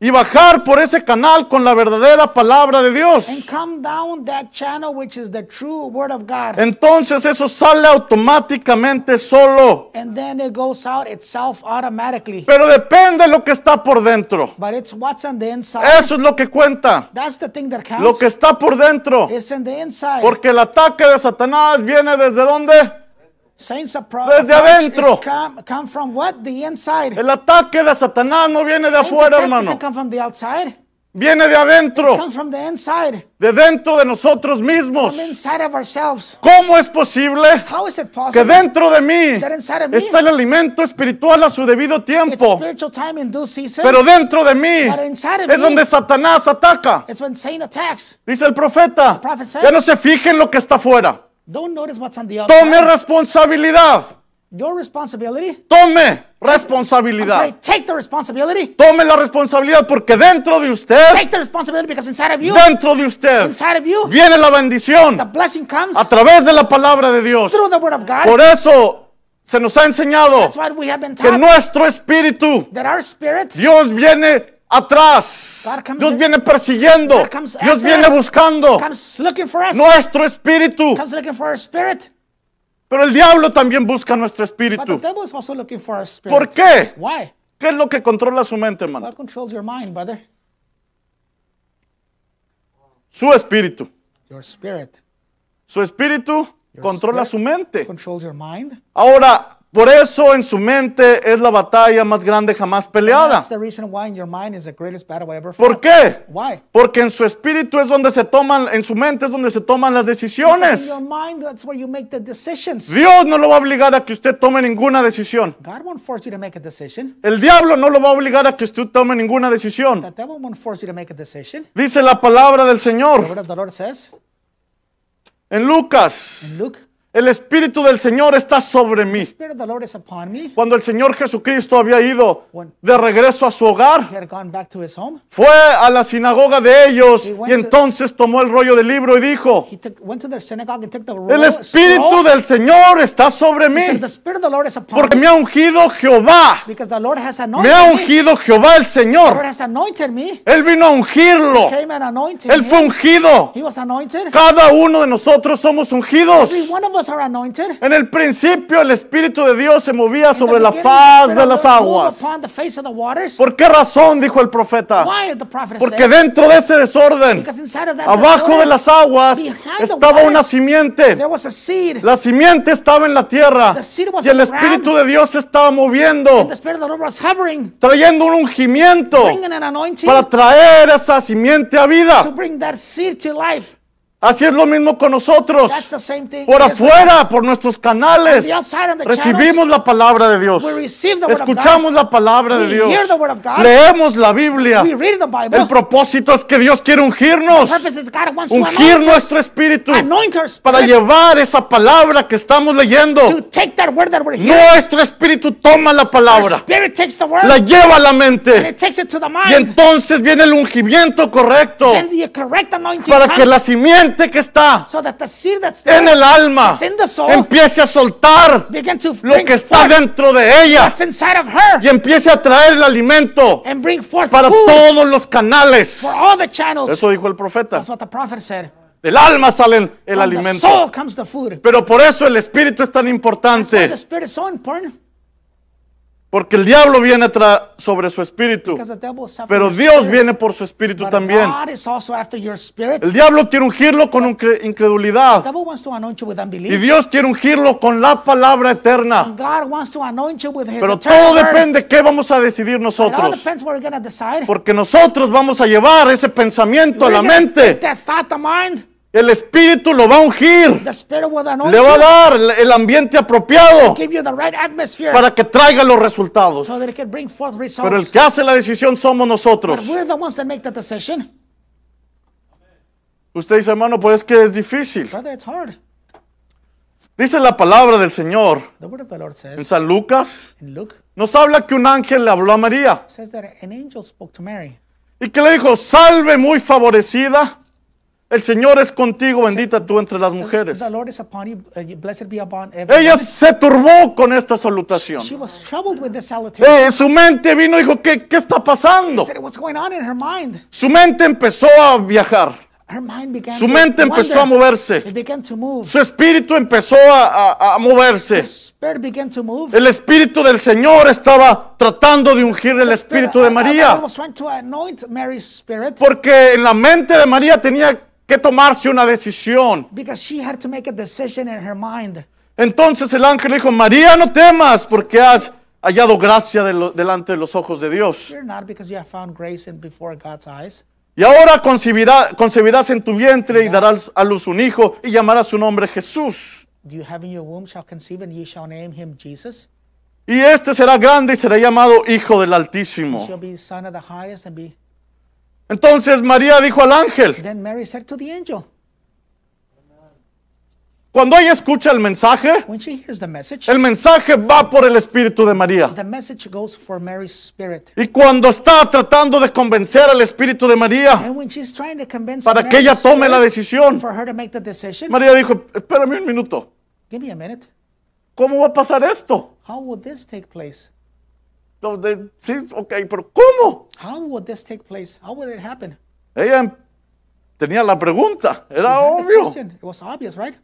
Speaker 1: y bajar por ese canal con la verdadera palabra de
Speaker 2: and
Speaker 1: Dios.
Speaker 2: come down that channel which is the true word of God.
Speaker 1: Entonces eso sale automáticamente solo.
Speaker 2: and then it goes out itself automatically.
Speaker 1: Pero depende de lo que está por dentro.
Speaker 2: But it's what's on the inside.
Speaker 1: Eso es lo que cuenta.
Speaker 2: That's the thing that
Speaker 1: Lo
Speaker 2: counts.
Speaker 1: que está por dentro.
Speaker 2: It's in the inside.
Speaker 1: Porque el ataque de Satanás viene desde dónde?
Speaker 2: Saints of pro-
Speaker 1: Desde
Speaker 2: approach
Speaker 1: adentro.
Speaker 2: is come, come from what? The inside.
Speaker 1: El ataque de Satanás no viene de
Speaker 2: Saints
Speaker 1: afuera,
Speaker 2: attack
Speaker 1: hermano.
Speaker 2: doesn't come from the outside.
Speaker 1: Viene de
Speaker 2: It
Speaker 1: adentro,
Speaker 2: comes from the inside.
Speaker 1: de dentro de nosotros mismos.
Speaker 2: From inside of ourselves.
Speaker 1: ¿Cómo es posible
Speaker 2: How is it
Speaker 1: que
Speaker 2: possible?
Speaker 1: dentro de mí
Speaker 2: That inside of me.
Speaker 1: está el alimento espiritual a su debido
Speaker 2: It's
Speaker 1: tiempo?
Speaker 2: spiritual time in due season.
Speaker 1: Pero dentro de mí
Speaker 2: But inside of
Speaker 1: es
Speaker 2: me.
Speaker 1: donde Satanás ataca.
Speaker 2: it's when Satan attacks.
Speaker 1: Dice el profeta,
Speaker 2: prophet says-
Speaker 1: ya no se fije en lo que está afuera.
Speaker 2: Don't notice what's on the
Speaker 1: Tome
Speaker 2: outside.
Speaker 1: responsabilidad.
Speaker 2: Your responsibility.
Speaker 1: Tome
Speaker 2: I'm
Speaker 1: responsabilidad.
Speaker 2: sorry, take the responsibility.
Speaker 1: Tome la responsabilidad porque dentro de usted,
Speaker 2: Take the responsibility because inside of you,
Speaker 1: dentro de usted,
Speaker 2: inside of you,
Speaker 1: viene la
Speaker 2: the
Speaker 1: bendición
Speaker 2: blessing comes
Speaker 1: a través de la palabra de Dios.
Speaker 2: through the word of God.
Speaker 1: Por eso se nos ha enseñado
Speaker 2: That's what we have been
Speaker 1: que
Speaker 2: taught.
Speaker 1: nuestro espíritu,
Speaker 2: that our spirit,
Speaker 1: Dios viene atrás.
Speaker 2: God comes
Speaker 1: Dios
Speaker 2: in-
Speaker 1: viene persiguiendo.
Speaker 2: God comes
Speaker 1: Dios
Speaker 2: after
Speaker 1: viene
Speaker 2: us.
Speaker 1: buscando.
Speaker 2: comes looking for us.
Speaker 1: Nuestro espíritu.
Speaker 2: comes looking for our spirit.
Speaker 1: Pero el diablo también busca nuestro
Speaker 2: But the
Speaker 1: espíritu.
Speaker 2: devil is also looking for our spirit.
Speaker 1: ¿Por qué?
Speaker 2: Why?
Speaker 1: ¿Qué es lo que controla su mente, hermano?
Speaker 2: What controls your mind, brother?
Speaker 1: Su espíritu.
Speaker 2: Your spirit
Speaker 1: Su espíritu controla
Speaker 2: spirit.
Speaker 1: su mente.
Speaker 2: controls your mind.
Speaker 1: Ahora, por eso en su mente es la batalla más grande jamás peleada.
Speaker 2: That's the reason why in your mind is the greatest battle I ever
Speaker 1: ¿Por
Speaker 2: fought.
Speaker 1: qué?
Speaker 2: Why?
Speaker 1: Porque en su espíritu es donde se toman, en su mente es donde se toman las
Speaker 2: In
Speaker 1: decisiones.
Speaker 2: your mind, that's where you make the decisions.
Speaker 1: Dios no lo va a obligar a que usted tome ninguna decisión.
Speaker 2: God won't force you to make a decision.
Speaker 1: El diablo no lo va a obligar a que usted tome ninguna decisión.
Speaker 2: The devil won't force you to make a decision.
Speaker 1: Dice la palabra del
Speaker 2: The
Speaker 1: Señor
Speaker 2: word of the Lord says
Speaker 1: en Lucas.
Speaker 2: in Luke,
Speaker 1: El espíritu del Señor está sobre mí.
Speaker 2: the spirit of the Lord is upon me.
Speaker 1: Cuando el Señor Jesucristo había ido
Speaker 2: When-
Speaker 1: de regreso a su hogar,
Speaker 2: He had gone back to his home.
Speaker 1: fue a la sinagoga de ellos
Speaker 2: He went
Speaker 1: y
Speaker 2: to-
Speaker 1: entonces tomó el rollo del libro y dijo,
Speaker 2: He took, went to the synagogue and took the
Speaker 1: el
Speaker 2: roll-
Speaker 1: Espíritu
Speaker 2: scroll.
Speaker 1: del Señor está sobre
Speaker 2: He
Speaker 1: mí
Speaker 2: said, The spirit of the Lord is upon
Speaker 1: porque
Speaker 2: me
Speaker 1: me ha ungido Jehová,
Speaker 2: because the Lord has
Speaker 1: me
Speaker 2: anointed
Speaker 1: ha
Speaker 2: me.
Speaker 1: ungido Jehová el
Speaker 2: The Lord
Speaker 1: Señor.
Speaker 2: has anointed me.
Speaker 1: Él vino a ungirlo,
Speaker 2: Came and anointed
Speaker 1: Él
Speaker 2: me.
Speaker 1: fue ungido.
Speaker 2: He was anointed.
Speaker 1: Cada uno de nosotros somos ungidos.
Speaker 2: Every one of us are anointed.
Speaker 1: En el principio el Espíritu de Dios se movía sobre
Speaker 2: In the
Speaker 1: la
Speaker 2: beginning,
Speaker 1: faz
Speaker 2: the
Speaker 1: de
Speaker 2: Spirit
Speaker 1: las
Speaker 2: of the Lord moved
Speaker 1: aguas.
Speaker 2: Upon the face of the waters.
Speaker 1: ¿Por qué razón? dijo el profeta.
Speaker 2: Why the prophet
Speaker 1: Porque
Speaker 2: said?
Speaker 1: dentro de ese desorden,
Speaker 2: Because inside of that
Speaker 1: abajo
Speaker 2: disorder,
Speaker 1: de las aguas,
Speaker 2: behind the
Speaker 1: estaba una
Speaker 2: waters,
Speaker 1: simiente.
Speaker 2: there was a seed.
Speaker 1: La simiente estaba en la tierra
Speaker 2: The seed was
Speaker 1: y el
Speaker 2: on the ground.
Speaker 1: Espíritu de Dios se estaba moviendo,
Speaker 2: The spirit of the Lord was hovering,
Speaker 1: trayendo un ungimiento
Speaker 2: bringing an anointing
Speaker 1: Oh. para traer esa simiente a
Speaker 2: to
Speaker 1: vida.
Speaker 2: bring that seed to life.
Speaker 1: Así es lo mismo con nosotros.
Speaker 2: That's the same thing.
Speaker 1: Por
Speaker 2: it is with
Speaker 1: afuera, por nuestros canales,
Speaker 2: the outside of the
Speaker 1: recibimos la palabra de Dios.
Speaker 2: We receive the word of God.
Speaker 1: Escuchamos la palabra de
Speaker 2: We
Speaker 1: Dios.
Speaker 2: hear the word of God.
Speaker 1: Leemos la Biblia.
Speaker 2: us. We read the Bible.
Speaker 1: El propósito es que Dios quiere ungirnos,
Speaker 2: purpose is God wants to
Speaker 1: ungir
Speaker 2: anoint us,
Speaker 1: nuestro espíritu
Speaker 2: anoint our
Speaker 1: para
Speaker 2: spirit
Speaker 1: llevar esa palabra que estamos
Speaker 2: to
Speaker 1: leyendo.
Speaker 2: take that word that we're hearing.
Speaker 1: Nuestro espíritu toma la
Speaker 2: Our
Speaker 1: palabra,
Speaker 2: spirit takes the word
Speaker 1: la
Speaker 2: and
Speaker 1: lleva a la mente
Speaker 2: it takes it to the
Speaker 1: y
Speaker 2: mind.
Speaker 1: entonces viene el ungimiento correcto
Speaker 2: Then the correct anointing
Speaker 1: para que
Speaker 2: comes
Speaker 1: la simiente que está
Speaker 2: so that the seed that's there
Speaker 1: en el alma
Speaker 2: It's in the soul.
Speaker 1: empiece a soltar
Speaker 2: begin to
Speaker 1: lo
Speaker 2: bring
Speaker 1: que está
Speaker 2: forth
Speaker 1: dentro de ella
Speaker 2: what's inside of her
Speaker 1: y empiece a traer el alimento
Speaker 2: and bring forth
Speaker 1: para
Speaker 2: food
Speaker 1: todos los canales.
Speaker 2: for all the channels.
Speaker 1: Eso dijo el profeta.
Speaker 2: That's what the prophet said.
Speaker 1: Del alma salen el
Speaker 2: From the
Speaker 1: alimento.
Speaker 2: soul comes the food.
Speaker 1: Pero por eso el espíritu es tan
Speaker 2: Why the
Speaker 1: importante,
Speaker 2: spirit is so important
Speaker 1: porque el diablo viene atra- sobre su espíritu,
Speaker 2: because the devil is after
Speaker 1: pero
Speaker 2: your
Speaker 1: Dios
Speaker 2: spirit,
Speaker 1: viene por su espíritu
Speaker 2: but
Speaker 1: también.
Speaker 2: God is also after your spirit.
Speaker 1: El diablo quiere ungirlo con incre-
Speaker 2: The
Speaker 1: incredulidad
Speaker 2: devil wants to anoint you with
Speaker 1: y
Speaker 2: unbelief.
Speaker 1: Dios quiere ungirlo con la palabra eterna.
Speaker 2: God wants to anoint you with his
Speaker 1: Pero
Speaker 2: eternal
Speaker 1: todo
Speaker 2: word.
Speaker 1: depende qué vamos a decidir
Speaker 2: It all
Speaker 1: nosotros,
Speaker 2: depends what we're going to decide.
Speaker 1: porque nosotros vamos a llevar ese pensamiento a
Speaker 2: We're
Speaker 1: la
Speaker 2: gonna take
Speaker 1: mente.
Speaker 2: that thought, the mind,
Speaker 1: El espíritu lo va a ungir,
Speaker 2: the spirit will anoint
Speaker 1: le va a
Speaker 2: you,
Speaker 1: dar el- el ambiente apropiado
Speaker 2: give you the right atmosphere
Speaker 1: para que traiga los resultados.
Speaker 2: so that it can bring forth results.
Speaker 1: Pero el que hace la decisión somos nosotros.
Speaker 2: But we're the ones that make the decision.
Speaker 1: Usted dice, hermano, pues es que es difícil.
Speaker 2: Brother, it's hard.
Speaker 1: Dice la palabra del Señor
Speaker 2: The word of the Lord
Speaker 1: en
Speaker 2: says
Speaker 1: San Lucas.
Speaker 2: in Luke
Speaker 1: Nos habla que un ángel le habló a María
Speaker 2: says that an angel spoke to Mary.
Speaker 1: y que le dijo, salve muy favorecida, el Señor es contigo, bendita tú entre las mujeres.
Speaker 2: The Lord is upon you, uh, you- blessed be upon every
Speaker 1: Ella se turbó con esta
Speaker 2: woman.
Speaker 1: salutación.
Speaker 2: She was troubled with this salutation.
Speaker 1: Eh, su mente vino y dijo, ¿qué, qué está pasando?
Speaker 2: She said, what's going on in her mind?
Speaker 1: Su mente empezó a viajar,
Speaker 2: Her mind began
Speaker 1: su
Speaker 2: to
Speaker 1: mente empezó a
Speaker 2: wander.
Speaker 1: moverse,
Speaker 2: It began to move.
Speaker 1: su espíritu empezó a- a- a moverse.
Speaker 2: The spirit began to move.
Speaker 1: El Espíritu del Señor estaba tratando de ungir el
Speaker 2: The spirit
Speaker 1: Espíritu de
Speaker 2: of- of the
Speaker 1: María,
Speaker 2: Lord was trying to anoint Mary's spirit
Speaker 1: porque en la mente de María tenía que tomarse una decisión.
Speaker 2: because she had to make a decision in her mind.
Speaker 1: Entonces el ángel dijo, María, no temas porque has hallado gracia de lo- delante de los ojos de Dios.
Speaker 2: Fear not, because you have found grace in before God's eyes.
Speaker 1: Y ahora concebirá- concebirás en tu vientre y darás a luz un hijo y llamarás su nombre Jesús.
Speaker 2: You have in your womb shall conceive, and ye shall name him Jesus.
Speaker 1: Y este será grande y será llamado Hijo del Altísimo.
Speaker 2: Shall be son of the highest, and be.
Speaker 1: Entonces María dijo al ángel,
Speaker 2: Then Mary said to the angel,
Speaker 1: cuando ella escucha el mensaje,
Speaker 2: when she hears the message,
Speaker 1: el mensaje va por el Espíritu de María.
Speaker 2: the message goes for Mary's spirit.
Speaker 1: Y cuando está tratando de convencer al Espíritu de María
Speaker 2: And when she's trying to convince
Speaker 1: para que
Speaker 2: Mary's
Speaker 1: ella tome la
Speaker 2: spirit
Speaker 1: decisión,
Speaker 2: for her to make the decision,
Speaker 1: María dijo, espérame un minuto,
Speaker 2: give me a minute.
Speaker 1: ¿cómo va a pasar esto?
Speaker 2: How would this take place?
Speaker 1: No, de- Sí, ok, pero ¿cómo?
Speaker 2: How would this take place? How would it happen?
Speaker 1: Ella em- tenía la pregunta, era
Speaker 2: She had the
Speaker 1: obvio.
Speaker 2: question. It was obvious, right?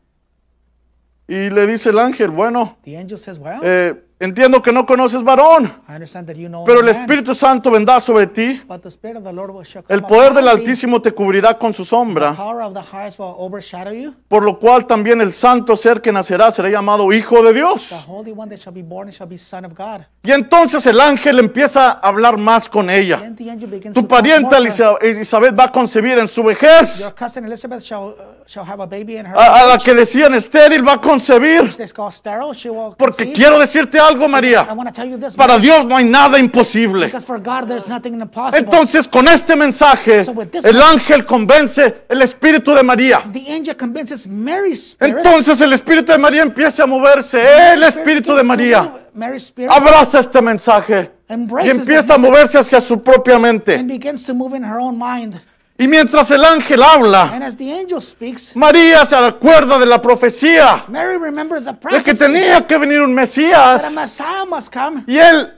Speaker 1: Y le dice el ángel, bueno,
Speaker 2: The angel says, Well,
Speaker 1: eh, entiendo que no conoces varón,
Speaker 2: I understand that you know.
Speaker 1: pero
Speaker 2: no
Speaker 1: el
Speaker 2: man,
Speaker 1: Espíritu Santo vendrá sobre ti,
Speaker 2: But the Spirit of the Lord will shall come
Speaker 1: el poder del
Speaker 2: upon thee,
Speaker 1: Altísimo te cubrirá con su
Speaker 2: The
Speaker 1: sombra,
Speaker 2: power of the highest will overshadow you.
Speaker 1: por lo cual también el santo ser que nacerá será llamado Hijo de Dios.
Speaker 2: The Holy One that shall be born shall be Son of God.
Speaker 1: Y entonces el ángel empieza a hablar más con ella.
Speaker 2: Then the angel begins
Speaker 1: Tu
Speaker 2: to talk more
Speaker 1: parienta
Speaker 2: to her.
Speaker 1: Elisa- Elizabeth va a concebir en su
Speaker 2: Your
Speaker 1: vejez.
Speaker 2: cousin Elizabeth shall, uh, shall have a baby in her.
Speaker 1: A, a la que decían estéril va a concebir.
Speaker 2: This called sterile. She will
Speaker 1: Porque
Speaker 2: conceive.
Speaker 1: quiero decirte algo,
Speaker 2: I
Speaker 1: María.
Speaker 2: want to tell you this.
Speaker 1: Para Dios no hay nada imposible.
Speaker 2: Because for God there's nothing impossible.
Speaker 1: Entonces con este mensaje el ángel convence el espíritu de María.
Speaker 2: the angel convinces Mary's spirit.
Speaker 1: Entonces el espíritu de María empieza a moverse. El espíritu de
Speaker 2: begins to
Speaker 1: María
Speaker 2: move. Mary's spirit
Speaker 1: abraza este mensaje y empieza a moverse hacia su propia mente.
Speaker 2: and begins to move in her own mind.
Speaker 1: Y mientras el ángel habla,
Speaker 2: And as the angel speaks,
Speaker 1: María se acuerda de la profecía
Speaker 2: Mary remembers a
Speaker 1: de que
Speaker 2: prophecy
Speaker 1: tenía que venir un
Speaker 2: that a
Speaker 1: Mesías
Speaker 2: Messiah must come.
Speaker 1: y él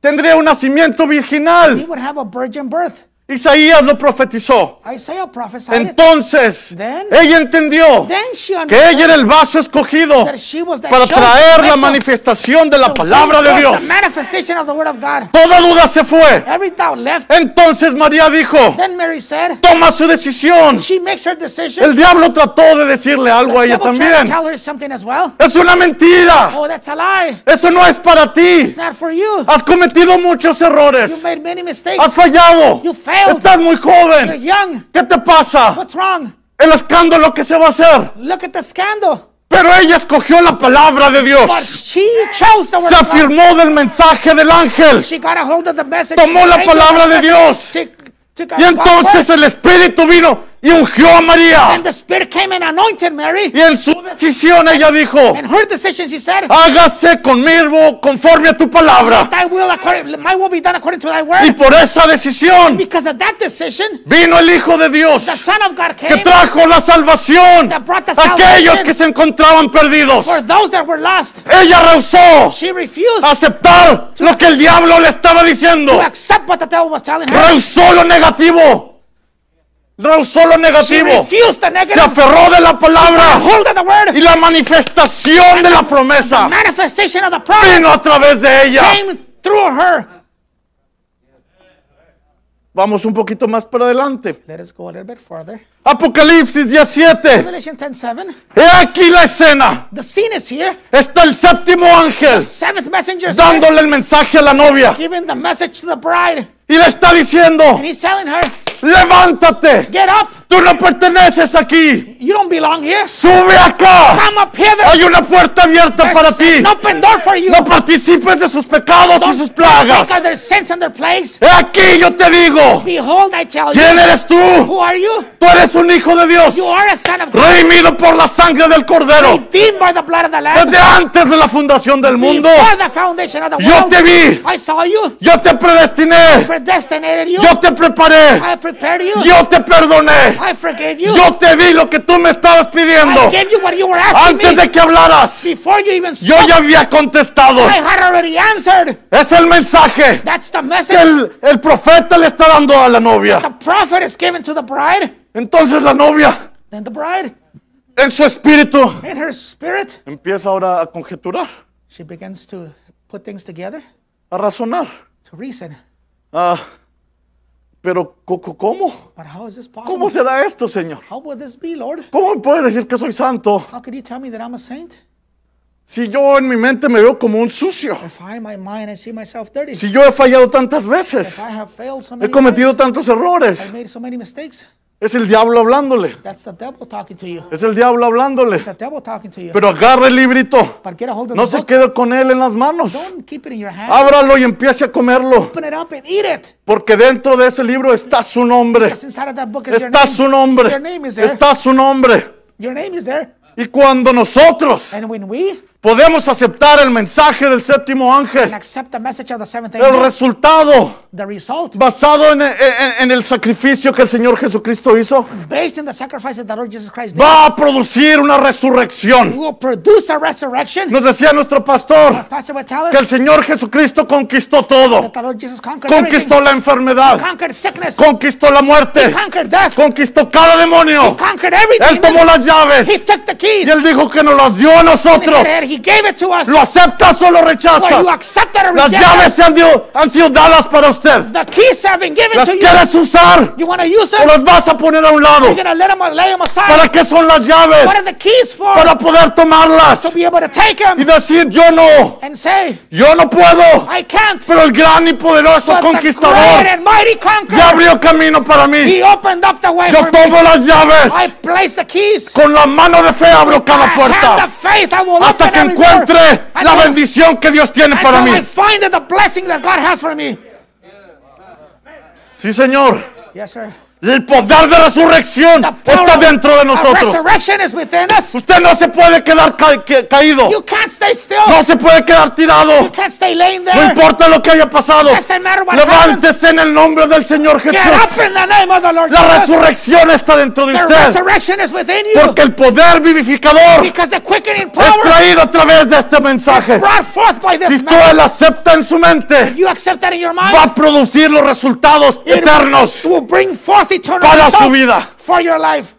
Speaker 1: tendría un nacimiento
Speaker 2: He
Speaker 1: virginal.
Speaker 2: would have a virgin birth.
Speaker 1: Isaías lo profetizó.
Speaker 2: Isaiah prophesied it.
Speaker 1: Entonces,
Speaker 2: Then-
Speaker 1: ella entendió
Speaker 2: Then she
Speaker 1: que
Speaker 2: understood
Speaker 1: ella era el vaso escogido
Speaker 2: that she was that
Speaker 1: para
Speaker 2: chosen
Speaker 1: traer la
Speaker 2: vessel
Speaker 1: manifestación de la
Speaker 2: to
Speaker 1: palabra de
Speaker 2: bring
Speaker 1: Dios.
Speaker 2: forth The manifestation of the word of God.
Speaker 1: Toda duda se fue.
Speaker 2: Every doubt left.
Speaker 1: Entonces María dijo,
Speaker 2: Then Mary said,
Speaker 1: toma su decisión.
Speaker 2: she makes her decision.
Speaker 1: El diablo trató de decirle algo a ella
Speaker 2: Devil tried to
Speaker 1: también.
Speaker 2: tell her something as well.
Speaker 1: Es una mentira.
Speaker 2: Oh, that's a lie.
Speaker 1: Eso no es para ti.
Speaker 2: It's not for you.
Speaker 1: Has cometido muchos
Speaker 2: You
Speaker 1: errores.
Speaker 2: made many mistakes.
Speaker 1: Has fallado.
Speaker 2: You failed.
Speaker 1: Estás muy
Speaker 2: You're
Speaker 1: joven.
Speaker 2: young.
Speaker 1: ¿Qué te pasa?
Speaker 2: What's wrong?
Speaker 1: El escándalo que se va a hacer.
Speaker 2: Look at the scandal.
Speaker 1: Pero ella escogió la palabra de
Speaker 2: But
Speaker 1: Dios.
Speaker 2: she chose the word
Speaker 1: Se
Speaker 2: of God.
Speaker 1: afirmó del mensaje del ángel.
Speaker 2: She got a hold of the message.
Speaker 1: Tomó la
Speaker 2: Angel
Speaker 1: palabra de
Speaker 2: message.
Speaker 1: Dios.
Speaker 2: Took- took a
Speaker 1: Y entonces el Espíritu vino y ungió a María.
Speaker 2: And the Spirit came and anointed Mary.
Speaker 1: Y Ah. en su decisión ella dijo,
Speaker 2: And her decision, she said,
Speaker 1: hágase conmigo conforme a tu palabra.
Speaker 2: Thy will according, my will be done according to thy
Speaker 1: Y
Speaker 2: word.
Speaker 1: por esa decisión
Speaker 2: Because of that decision,
Speaker 1: vino el Hijo de Dios
Speaker 2: the Son of God
Speaker 1: que
Speaker 2: came
Speaker 1: trajo la salvación
Speaker 2: that brought the
Speaker 1: a aquellos
Speaker 2: salvation
Speaker 1: que se encontraban perdidos.
Speaker 2: for those that were lost.
Speaker 1: Ella rehusó
Speaker 2: She refused
Speaker 1: aceptar lo que el diablo le estaba diciendo.
Speaker 2: to accept what the devil was telling her.
Speaker 1: Rehusó lo negativo. Rehusó lo
Speaker 2: She
Speaker 1: negativo.
Speaker 2: refused the
Speaker 1: Se
Speaker 2: negative.
Speaker 1: aferró de la palabra
Speaker 2: Hold of the
Speaker 1: y
Speaker 2: word.
Speaker 1: la manifestación de la promesa
Speaker 2: Manifestation of the promise
Speaker 1: vino a través de ella.
Speaker 2: came through her.
Speaker 1: Vamos un poquito más para adelante.
Speaker 2: Let us go a little bit further.
Speaker 1: Apocalipsis 17.
Speaker 2: Revelation 10 7.
Speaker 1: He aquí la escena.
Speaker 2: The scene is here.
Speaker 1: Está el séptimo ángel
Speaker 2: Seventh messenger is here,
Speaker 1: dándole el mensaje a la novia
Speaker 2: giving the message to the bride.
Speaker 1: y le está diciendo,
Speaker 2: And he's telling her,
Speaker 1: levántate.
Speaker 2: Get up.
Speaker 1: Tú no perteneces aquí.
Speaker 2: You don't belong here.
Speaker 1: Sube acá.
Speaker 2: Come up hither.
Speaker 1: Hay una puerta abierta para ti.
Speaker 2: An open door for you.
Speaker 1: No participes de sus pecados y sus plagas.
Speaker 2: Because there's sins and their plagues.
Speaker 1: He aquí yo te digo,
Speaker 2: Behold, I tell you.
Speaker 1: ¿quién eres tú?
Speaker 2: Who are you?
Speaker 1: Tú eres un hijo de Dios,
Speaker 2: You are a son of God,
Speaker 1: redimido por la sangre del Cordero.
Speaker 2: redeemed by the blood of the Lamb.
Speaker 1: Desde antes de la fundación del mundo,
Speaker 2: Before the foundation of the
Speaker 1: yo
Speaker 2: world,
Speaker 1: te vi,
Speaker 2: I saw you,
Speaker 1: yo te predestiné,
Speaker 2: predestinated you,
Speaker 1: yo te preparé,
Speaker 2: I prepared you,
Speaker 1: yo te perdoné,
Speaker 2: I forgave you,
Speaker 1: yo te di lo que tú me estabas pidiendo.
Speaker 2: I gave you what you were asking
Speaker 1: Antes
Speaker 2: me
Speaker 1: de que hablaras,
Speaker 2: before you even spoke.
Speaker 1: yo ya había contestado.
Speaker 2: I had already answered.
Speaker 1: Es el mensaje
Speaker 2: That's the
Speaker 1: que
Speaker 2: message
Speaker 1: el, el profeta le está dando a la novia.
Speaker 2: the prophet is given to the bride.
Speaker 1: Entonces la novia,
Speaker 2: Then the bride,
Speaker 1: en su espíritu,
Speaker 2: in her spirit,
Speaker 1: empieza ahora a conjeturar,
Speaker 2: she begins to put things together
Speaker 1: a razonar.
Speaker 2: to reason.
Speaker 1: Ah, pero co- co- ¿cómo?
Speaker 2: But how is this possible?
Speaker 1: ¿Cómo será esto, Señor?
Speaker 2: How will this be, Lord?
Speaker 1: ¿Cómo me puedes decir que soy santo
Speaker 2: How could you tell me that I'm a saint?
Speaker 1: Si yo en mi mente me veo como un sucio,
Speaker 2: If I, my mind, I see myself dirty.
Speaker 1: si yo he fallado tantas
Speaker 2: If
Speaker 1: veces,
Speaker 2: I have failed so
Speaker 1: he
Speaker 2: many
Speaker 1: cometido
Speaker 2: times,
Speaker 1: tantos
Speaker 2: I
Speaker 1: errores,
Speaker 2: made so many mistakes.
Speaker 1: es el diablo hablándole,
Speaker 2: That's the devil talking to you.
Speaker 1: es el diablo hablándole.
Speaker 2: It's the devil talking to you.
Speaker 1: Pero agarre el librito,
Speaker 2: but get a hold of
Speaker 1: no
Speaker 2: the
Speaker 1: se
Speaker 2: book.
Speaker 1: quede con él en las manos,
Speaker 2: Don't keep it in your hand.
Speaker 1: ábralo y empiece a comerlo,
Speaker 2: Open it up and eat it.
Speaker 1: porque dentro de ese libro está su nombre,
Speaker 2: Because inside of that book is your
Speaker 1: está
Speaker 2: name.
Speaker 1: su nombre,
Speaker 2: Your name is there.
Speaker 1: está su nombre.
Speaker 2: Your name is there.
Speaker 1: Y cuando nosotros
Speaker 2: And when we
Speaker 1: podemos aceptar el mensaje del séptimo ángel,
Speaker 2: accept the message of the seventh
Speaker 1: el
Speaker 2: angel,
Speaker 1: resultado
Speaker 2: the result
Speaker 1: basado en, en- en el sacrificio que el Señor Jesucristo hizo,
Speaker 2: based in the sacrifice that the Lord Jesus Christ did
Speaker 1: va a producir una resurrección.
Speaker 2: will produce a resurrection.
Speaker 1: Nos decía nuestro pastor
Speaker 2: Pastor would tell
Speaker 1: que
Speaker 2: us
Speaker 1: el Señor Jesucristo conquistó todo.
Speaker 2: that the Lord Jesus conquered
Speaker 1: Conquistó
Speaker 2: everything.
Speaker 1: la enfermedad,
Speaker 2: Conquered sickness.
Speaker 1: conquistó la muerte,
Speaker 2: Conquered death.
Speaker 1: conquistó cada demonio.
Speaker 2: Conquered
Speaker 1: Él
Speaker 2: everything.
Speaker 1: tomó las llaves
Speaker 2: He took the keys.
Speaker 1: y él dijo que nos las dio a
Speaker 2: And
Speaker 1: nosotros.
Speaker 2: instead, he gave it to us.
Speaker 1: ¿Lo aceptas o lo
Speaker 2: Whether you
Speaker 1: rechazas?
Speaker 2: accept that or
Speaker 1: Las
Speaker 2: reject
Speaker 1: llaves
Speaker 2: it,
Speaker 1: se han, dio- han sido dadas para usted.
Speaker 2: the keys have been given
Speaker 1: ¿Las
Speaker 2: to you.
Speaker 1: quieres usar
Speaker 2: You want to use
Speaker 1: o
Speaker 2: them?
Speaker 1: las vas a poner a un lado?
Speaker 2: You're going to let them, lay them
Speaker 1: ¿Para
Speaker 2: aside.
Speaker 1: qué son las
Speaker 2: What
Speaker 1: llaves?
Speaker 2: are the keys for?
Speaker 1: Para poder tomarlas
Speaker 2: To be able to take
Speaker 1: y
Speaker 2: them
Speaker 1: decir yo no,
Speaker 2: and say,
Speaker 1: yo no puedo,
Speaker 2: I can't.
Speaker 1: pero el gran y poderoso
Speaker 2: But the
Speaker 1: conquistador
Speaker 2: great and mighty
Speaker 1: ya
Speaker 2: conqueror,
Speaker 1: abrió camino para mí.
Speaker 2: he opened up the way
Speaker 1: Yo
Speaker 2: for me.
Speaker 1: tomo las llaves,
Speaker 2: I place the keys.
Speaker 1: con la mano de fe abro
Speaker 2: I
Speaker 1: cada
Speaker 2: have
Speaker 1: puerta
Speaker 2: the faith. I will
Speaker 1: hasta
Speaker 2: open
Speaker 1: que
Speaker 2: every door.
Speaker 1: encuentre la
Speaker 2: Until-
Speaker 1: bendición que Dios tiene para
Speaker 2: until I
Speaker 1: mí.
Speaker 2: find that the blessing that God has for me.
Speaker 1: Sí, Señor.
Speaker 2: Yes, sir.
Speaker 1: El poder de resurrección
Speaker 2: The power
Speaker 1: está dentro de
Speaker 2: of
Speaker 1: nosotros.
Speaker 2: resurrection is within us.
Speaker 1: Usted no se puede quedar ca- que- caído.
Speaker 2: You can't stay still.
Speaker 1: No se puede quedar tirado.
Speaker 2: You can't stay laying
Speaker 1: No
Speaker 2: there.
Speaker 1: importa lo que haya pasado.
Speaker 2: Doesn't matter what happened.
Speaker 1: Levántese en el nombre del Señor
Speaker 2: Get up
Speaker 1: Jesús.
Speaker 2: in the name of the Lord
Speaker 1: La
Speaker 2: Jesus.
Speaker 1: resurrección está dentro de
Speaker 2: The
Speaker 1: usted.
Speaker 2: resurrection is within you.
Speaker 1: Porque el poder vivificador
Speaker 2: Because the quickening
Speaker 1: es
Speaker 2: power
Speaker 1: traído a través de este mensaje.
Speaker 2: brought forth by
Speaker 1: Si
Speaker 2: this
Speaker 1: usted
Speaker 2: man.
Speaker 1: la acepta en su mente,
Speaker 2: You accept that in your mind.
Speaker 1: va a producir los resultados eternos
Speaker 2: It will bring forth eternal
Speaker 1: para su
Speaker 2: results
Speaker 1: vida.
Speaker 2: for your life.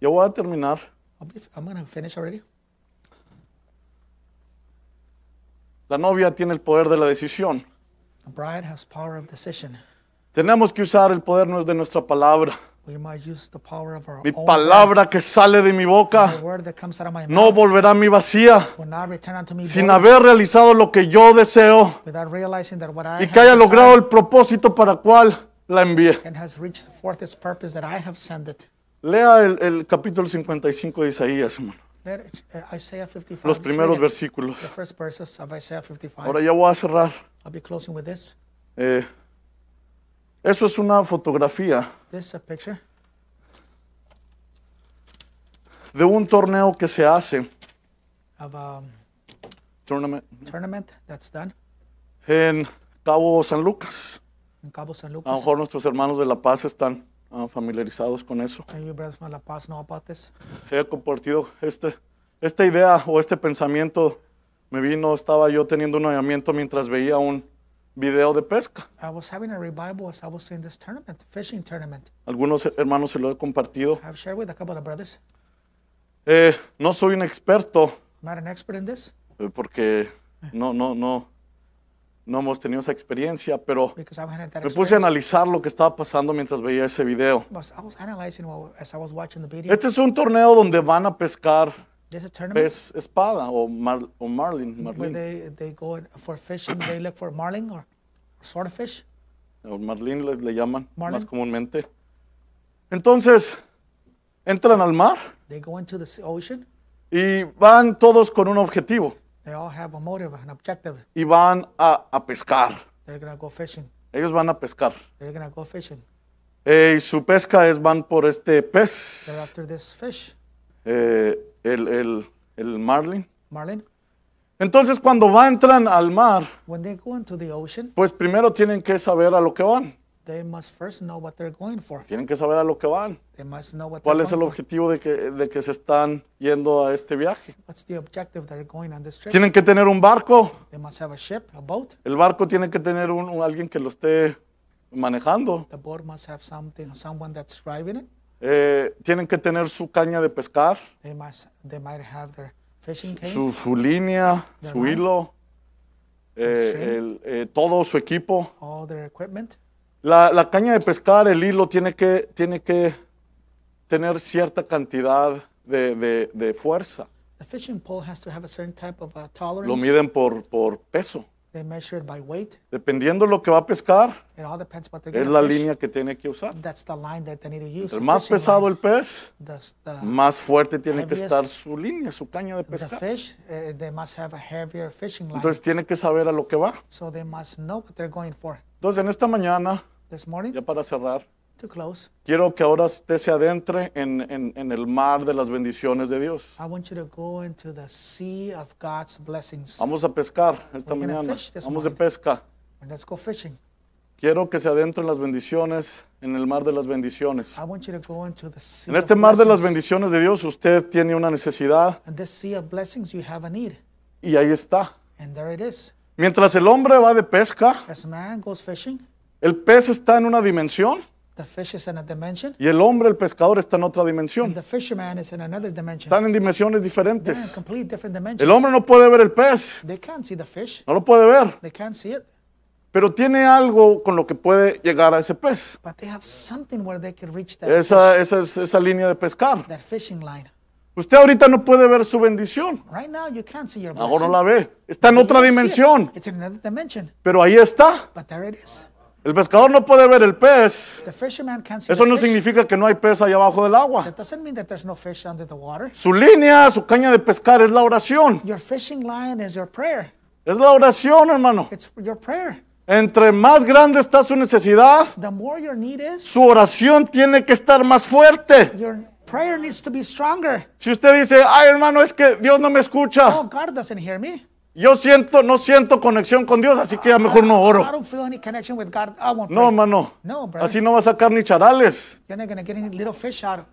Speaker 1: Yo voy a terminar
Speaker 2: I'll be- I'm going to finish already.
Speaker 1: La novia tiene el poder de la decisión.
Speaker 2: The bride has power of decision.
Speaker 1: Tenemos que usar el poder no es de nuestra palabra.
Speaker 2: We might use the power of our
Speaker 1: Mi
Speaker 2: own
Speaker 1: palabra que sale de mi
Speaker 2: word.
Speaker 1: boca
Speaker 2: The word that comes out of my
Speaker 1: no
Speaker 2: mouth
Speaker 1: volverá a mí vacía
Speaker 2: will not return unto me
Speaker 1: sin
Speaker 2: void
Speaker 1: haber realizado lo que yo deseo
Speaker 2: without realizing that what I
Speaker 1: y
Speaker 2: have
Speaker 1: que haya
Speaker 2: decided
Speaker 1: logrado el propósito para cual la envié.
Speaker 2: and has reached forth its purpose that I have sent it.
Speaker 1: Lea el, el capítulo 55 de Isaías, hermano,
Speaker 2: Let it- uh, Isaiah 55.
Speaker 1: los
Speaker 2: let's read
Speaker 1: primeros
Speaker 2: it.
Speaker 1: versículos.
Speaker 2: The first verses of Isaiah 55.
Speaker 1: Ahora ya voy a cerrar.
Speaker 2: I'll be closing with this.
Speaker 1: Eh, eso es una fotografía
Speaker 2: This is a picture
Speaker 1: de un torneo que se hace
Speaker 2: of a
Speaker 1: tournament,
Speaker 2: tournament that's done
Speaker 1: en Cabo San Lucas.
Speaker 2: in Cabo San
Speaker 1: A lo
Speaker 2: Lucas.
Speaker 1: mejor nuestros hermanos de La Paz están ah, familiarizados con eso.
Speaker 2: Maybe brothers from La Paz know about this.
Speaker 1: He compartido este, esta idea o este pensamiento. Me vino, estaba yo teniendo un ahogamiento mientras veía un video de pesca.
Speaker 2: I was having a revival as I was in this tournament, fishing tournament.
Speaker 1: Algunos hermanos se lo he compartido.
Speaker 2: I've shared with a couple of brothers.
Speaker 1: Eh, no soy un experto
Speaker 2: I'm not an expert in this
Speaker 1: eh, porque no, no, no, no hemos tenido esa experiencia, pero
Speaker 2: because I've had that
Speaker 1: me puse a
Speaker 2: experience.
Speaker 1: analizar lo que estaba pasando mientras veía ese video.
Speaker 2: But I was analyzing while- as I was watching the video.
Speaker 1: Este es un torneo donde van a pescar
Speaker 2: There's a tournament
Speaker 1: pez espada o, mar- o marlin,
Speaker 2: where
Speaker 1: marlin.
Speaker 2: they, they go in for fishing. They look for marling or, or swordfish.
Speaker 1: o marlín le, le llaman más
Speaker 2: Marlin.
Speaker 1: comúnmente. Entonces, entran al mar
Speaker 2: They go into the sea- ocean.
Speaker 1: y van todos con un objetivo
Speaker 2: They all have a motive, an objective.
Speaker 1: y van a, a pescar.
Speaker 2: They're gonna go fishing.
Speaker 1: Ellos van a pescar.
Speaker 2: They're gonna go fishing.
Speaker 1: Eh, y su pesca es, van por este pez,
Speaker 2: They're after this fish,
Speaker 1: eh, el, el- el marlin.
Speaker 2: marlin.
Speaker 1: Entonces, cuando van, entran al mar,
Speaker 2: When they go into the ocean,
Speaker 1: pues primero tienen que saber a lo que van.
Speaker 2: they must first know what they're going for.
Speaker 1: Tienen que saber a lo que van.
Speaker 2: They must know what.
Speaker 1: ¿Cuál
Speaker 2: they're
Speaker 1: es el
Speaker 2: going for.
Speaker 1: objetivo de que, de que se están yendo a este viaje?
Speaker 2: What's the objective they're going on this trip?
Speaker 1: Tienen que tener un barco,
Speaker 2: They must have a ship, a boat.
Speaker 1: El barco tiene que tener un, un- alguien que lo esté manejando.
Speaker 2: The boat must have something, someone that's driving it.
Speaker 1: Eh, tienen que tener su caña de pescar,
Speaker 2: They must, they might have their fishing cane,
Speaker 1: su, su línea, su hilo, eh,
Speaker 2: Sí.
Speaker 1: el- eh, todo su equipo.
Speaker 2: all their equipment.
Speaker 1: La, la caña de pescar, el hilo, tiene que, tiene que tener cierta cantidad de, de- de fuerza.
Speaker 2: The fishing pole has to have a certain type of uh,
Speaker 1: Lo
Speaker 2: tolerance.
Speaker 1: miden por, por peso.
Speaker 2: They measure it by weight.
Speaker 1: Dependiendo lo que va a pescar,
Speaker 2: It all depends what they're
Speaker 1: es
Speaker 2: going
Speaker 1: la
Speaker 2: to fish.
Speaker 1: línea que tiene que usar.
Speaker 2: That's the line that they need to use.
Speaker 1: Entre
Speaker 2: the
Speaker 1: más
Speaker 2: fishing
Speaker 1: pesado
Speaker 2: line.
Speaker 1: el pez,
Speaker 2: That's the,
Speaker 1: más fuerte tiene que
Speaker 2: Heaviest.
Speaker 1: estar su línea, su caña de
Speaker 2: the
Speaker 1: pescar.
Speaker 2: fish, uh, they must have a heavier fishing line.
Speaker 1: Entonces tiene que saber a lo que va.
Speaker 2: so they must know what they're going for.
Speaker 1: Entonces en esta mañana,
Speaker 2: This morning,
Speaker 1: ya para cerrar,
Speaker 2: to close,
Speaker 1: quiero que ahora usted se adentre en, en- en el mar de las bendiciones de Dios.
Speaker 2: I want you to go into the sea of God's blessings.
Speaker 1: Vamos a pescar esta
Speaker 2: We're gonna
Speaker 1: mañana.
Speaker 2: fish this
Speaker 1: Vamos de
Speaker 2: morning.
Speaker 1: pesca.
Speaker 2: And let's go fishing.
Speaker 1: Quiero que se adentre en las bendiciones, en el mar de las bendiciones.
Speaker 2: I want you to go into the sea
Speaker 1: En este
Speaker 2: of
Speaker 1: mar de las
Speaker 2: blessings.
Speaker 1: bendiciones de Dios, usted tiene una necesidad
Speaker 2: And this sea of blessings, you have a need.
Speaker 1: y ahí está.
Speaker 2: And there it is.
Speaker 1: Mientras el hombre va de pesca,
Speaker 2: As man goes fishing,
Speaker 1: el pez está en una dimensión
Speaker 2: the fish is in a dimension,
Speaker 1: y el hombre, el pescador, está en otra dimensión.
Speaker 2: and the fisherman is in another dimension.
Speaker 1: Están en dimensiones
Speaker 2: They're in
Speaker 1: diferentes.
Speaker 2: complete different
Speaker 1: El
Speaker 2: dimensions.
Speaker 1: hombre no puede ver el pez,
Speaker 2: They can't see the fish.
Speaker 1: no lo puede ver,
Speaker 2: They can't see it.
Speaker 1: pero tiene algo con lo que puede llegar a ese pez.
Speaker 2: But they have something where they can reach that,
Speaker 1: Esa, esa es esa línea de pescar.
Speaker 2: that fishing line.
Speaker 1: Usted ahorita no puede ver su bendición,
Speaker 2: Right now, you can't see your blessing.
Speaker 1: ahora no la ve. Está en
Speaker 2: You
Speaker 1: otra
Speaker 2: don't see it.
Speaker 1: dimensión,
Speaker 2: It's in another dimension.
Speaker 1: pero ahí está.
Speaker 2: But there it is.
Speaker 1: El pescador no puede ver el pez.
Speaker 2: The fisherman can't see
Speaker 1: Eso
Speaker 2: the
Speaker 1: no
Speaker 2: fish.
Speaker 1: significa que no hay pez allá abajo del agua.
Speaker 2: That doesn't mean that there's no fish under the water.
Speaker 1: Su línea, su caña de pescar es la oración.
Speaker 2: Your fishing line is your prayer.
Speaker 1: Es la oración, hermano.
Speaker 2: It's your prayer.
Speaker 1: Entre más grande está su necesidad,
Speaker 2: The more your need is,
Speaker 1: su oración tiene que estar más fuerte.
Speaker 2: your prayer needs to be stronger.
Speaker 1: Si usted dice, ay hermano, es que Dios no me escucha,
Speaker 2: Oh, God doesn't hear me.
Speaker 1: yo siento, no siento conexión con Dios, así que ya mejor no
Speaker 2: I
Speaker 1: oro.
Speaker 2: don't feel any connection with God. I won't
Speaker 1: No,
Speaker 2: pray.
Speaker 1: hermano,
Speaker 2: No, brother.
Speaker 1: así no va a sacar ni charales.
Speaker 2: You're not going to get any little fish out.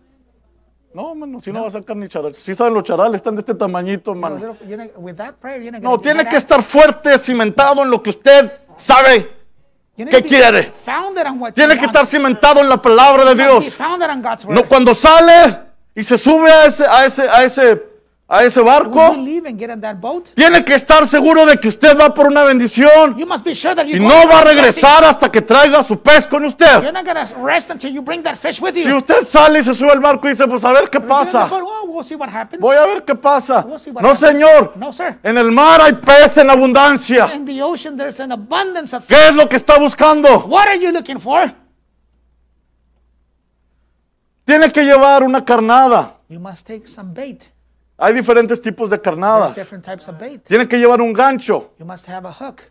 Speaker 1: No, hermano, así no va a sacar ni charales. Sí saben los charales, están de este tamañito,
Speaker 2: No,
Speaker 1: hermano.
Speaker 2: little, you're not, with that prayer, you're not
Speaker 1: No,
Speaker 2: going
Speaker 1: tiene que estar fuerte, cimentado en lo que usted sabe.
Speaker 2: You need
Speaker 1: ¿Qué
Speaker 2: to be
Speaker 1: quiere?
Speaker 2: Founded on what
Speaker 1: Tiene
Speaker 2: you
Speaker 1: que
Speaker 2: want.
Speaker 1: estar cimentado en la palabra de
Speaker 2: You must be
Speaker 1: Dios.
Speaker 2: Founded on God's word.
Speaker 1: No, cuando sale y se sube a ese, a ese, a ese, a ese barco,
Speaker 2: When you leave and get in that boat,
Speaker 1: tiene que estar seguro de que usted va por una bendición.
Speaker 2: you must be sure that
Speaker 1: Y
Speaker 2: you're
Speaker 1: no va a regresar hasta que traiga su pez con usted.
Speaker 2: You're not going to rest until you bring that fish with you.
Speaker 1: Si usted sale y se sube al barco y dice, pues a ver qué
Speaker 2: You're in the
Speaker 1: pasa.
Speaker 2: boat, oh, we'll see what happens.
Speaker 1: Voy a ver qué pasa.
Speaker 2: We'll see what
Speaker 1: No,
Speaker 2: happens.
Speaker 1: señor.
Speaker 2: No, sir.
Speaker 1: En el mar hay pez en abundancia.
Speaker 2: In the ocean, there's an abundance of
Speaker 1: ¿Qué es lo que está buscando?
Speaker 2: What are you looking for?
Speaker 1: Tiene que llevar una carnada.
Speaker 2: You must take some bait.
Speaker 1: Hay diferentes tipos de
Speaker 2: There's
Speaker 1: carnadas.
Speaker 2: different types of bait.
Speaker 1: Tiene que llevar un gancho.
Speaker 2: You must have a hook.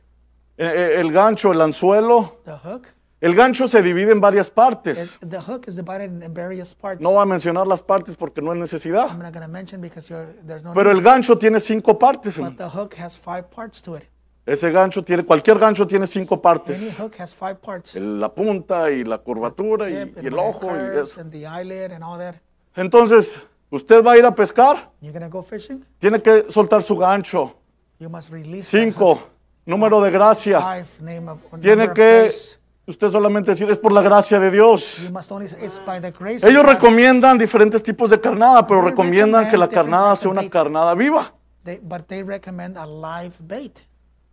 Speaker 1: Eh, eh, El gancho, el anzuelo.
Speaker 2: The hook.
Speaker 1: El gancho se divide en varias partes.
Speaker 2: is- The hook is divided in various parts.
Speaker 1: No voy a mencionar las partes porque no es
Speaker 2: I'm
Speaker 1: necesidad.
Speaker 2: not going to mention because you're, there's no.
Speaker 1: Pero
Speaker 2: need.
Speaker 1: el gancho tiene cinco partes.
Speaker 2: But the hook has five parts to it.
Speaker 1: Ese gancho tiene, cualquier gancho tiene cinco partes.
Speaker 2: Any hook has five parts.
Speaker 1: el- la punta y la curvatura y,
Speaker 2: Tip
Speaker 1: y
Speaker 2: and
Speaker 1: el
Speaker 2: where it
Speaker 1: ojo y
Speaker 2: curves
Speaker 1: eso.
Speaker 2: and the eyelid and all that.
Speaker 1: Entonces, usted va a ir a pescar,
Speaker 2: You're gonna go fishing.
Speaker 1: tiene que soltar su gancho.
Speaker 2: You must release that hook.
Speaker 1: Cinco, número de gracia.
Speaker 2: Five name of or number
Speaker 1: Tiene
Speaker 2: of
Speaker 1: que
Speaker 2: grace.
Speaker 1: usted solamente decir, es por la gracia de Dios.
Speaker 2: You must only say, it's by the grace. of
Speaker 1: Ellos
Speaker 2: God."
Speaker 1: recomiendan diferentes tipos de carnada, pero
Speaker 2: They
Speaker 1: recomiendan que la
Speaker 2: recommend
Speaker 1: carnada
Speaker 2: different
Speaker 1: sea una
Speaker 2: types of
Speaker 1: carnada viva,
Speaker 2: They- but they recommend a live bait,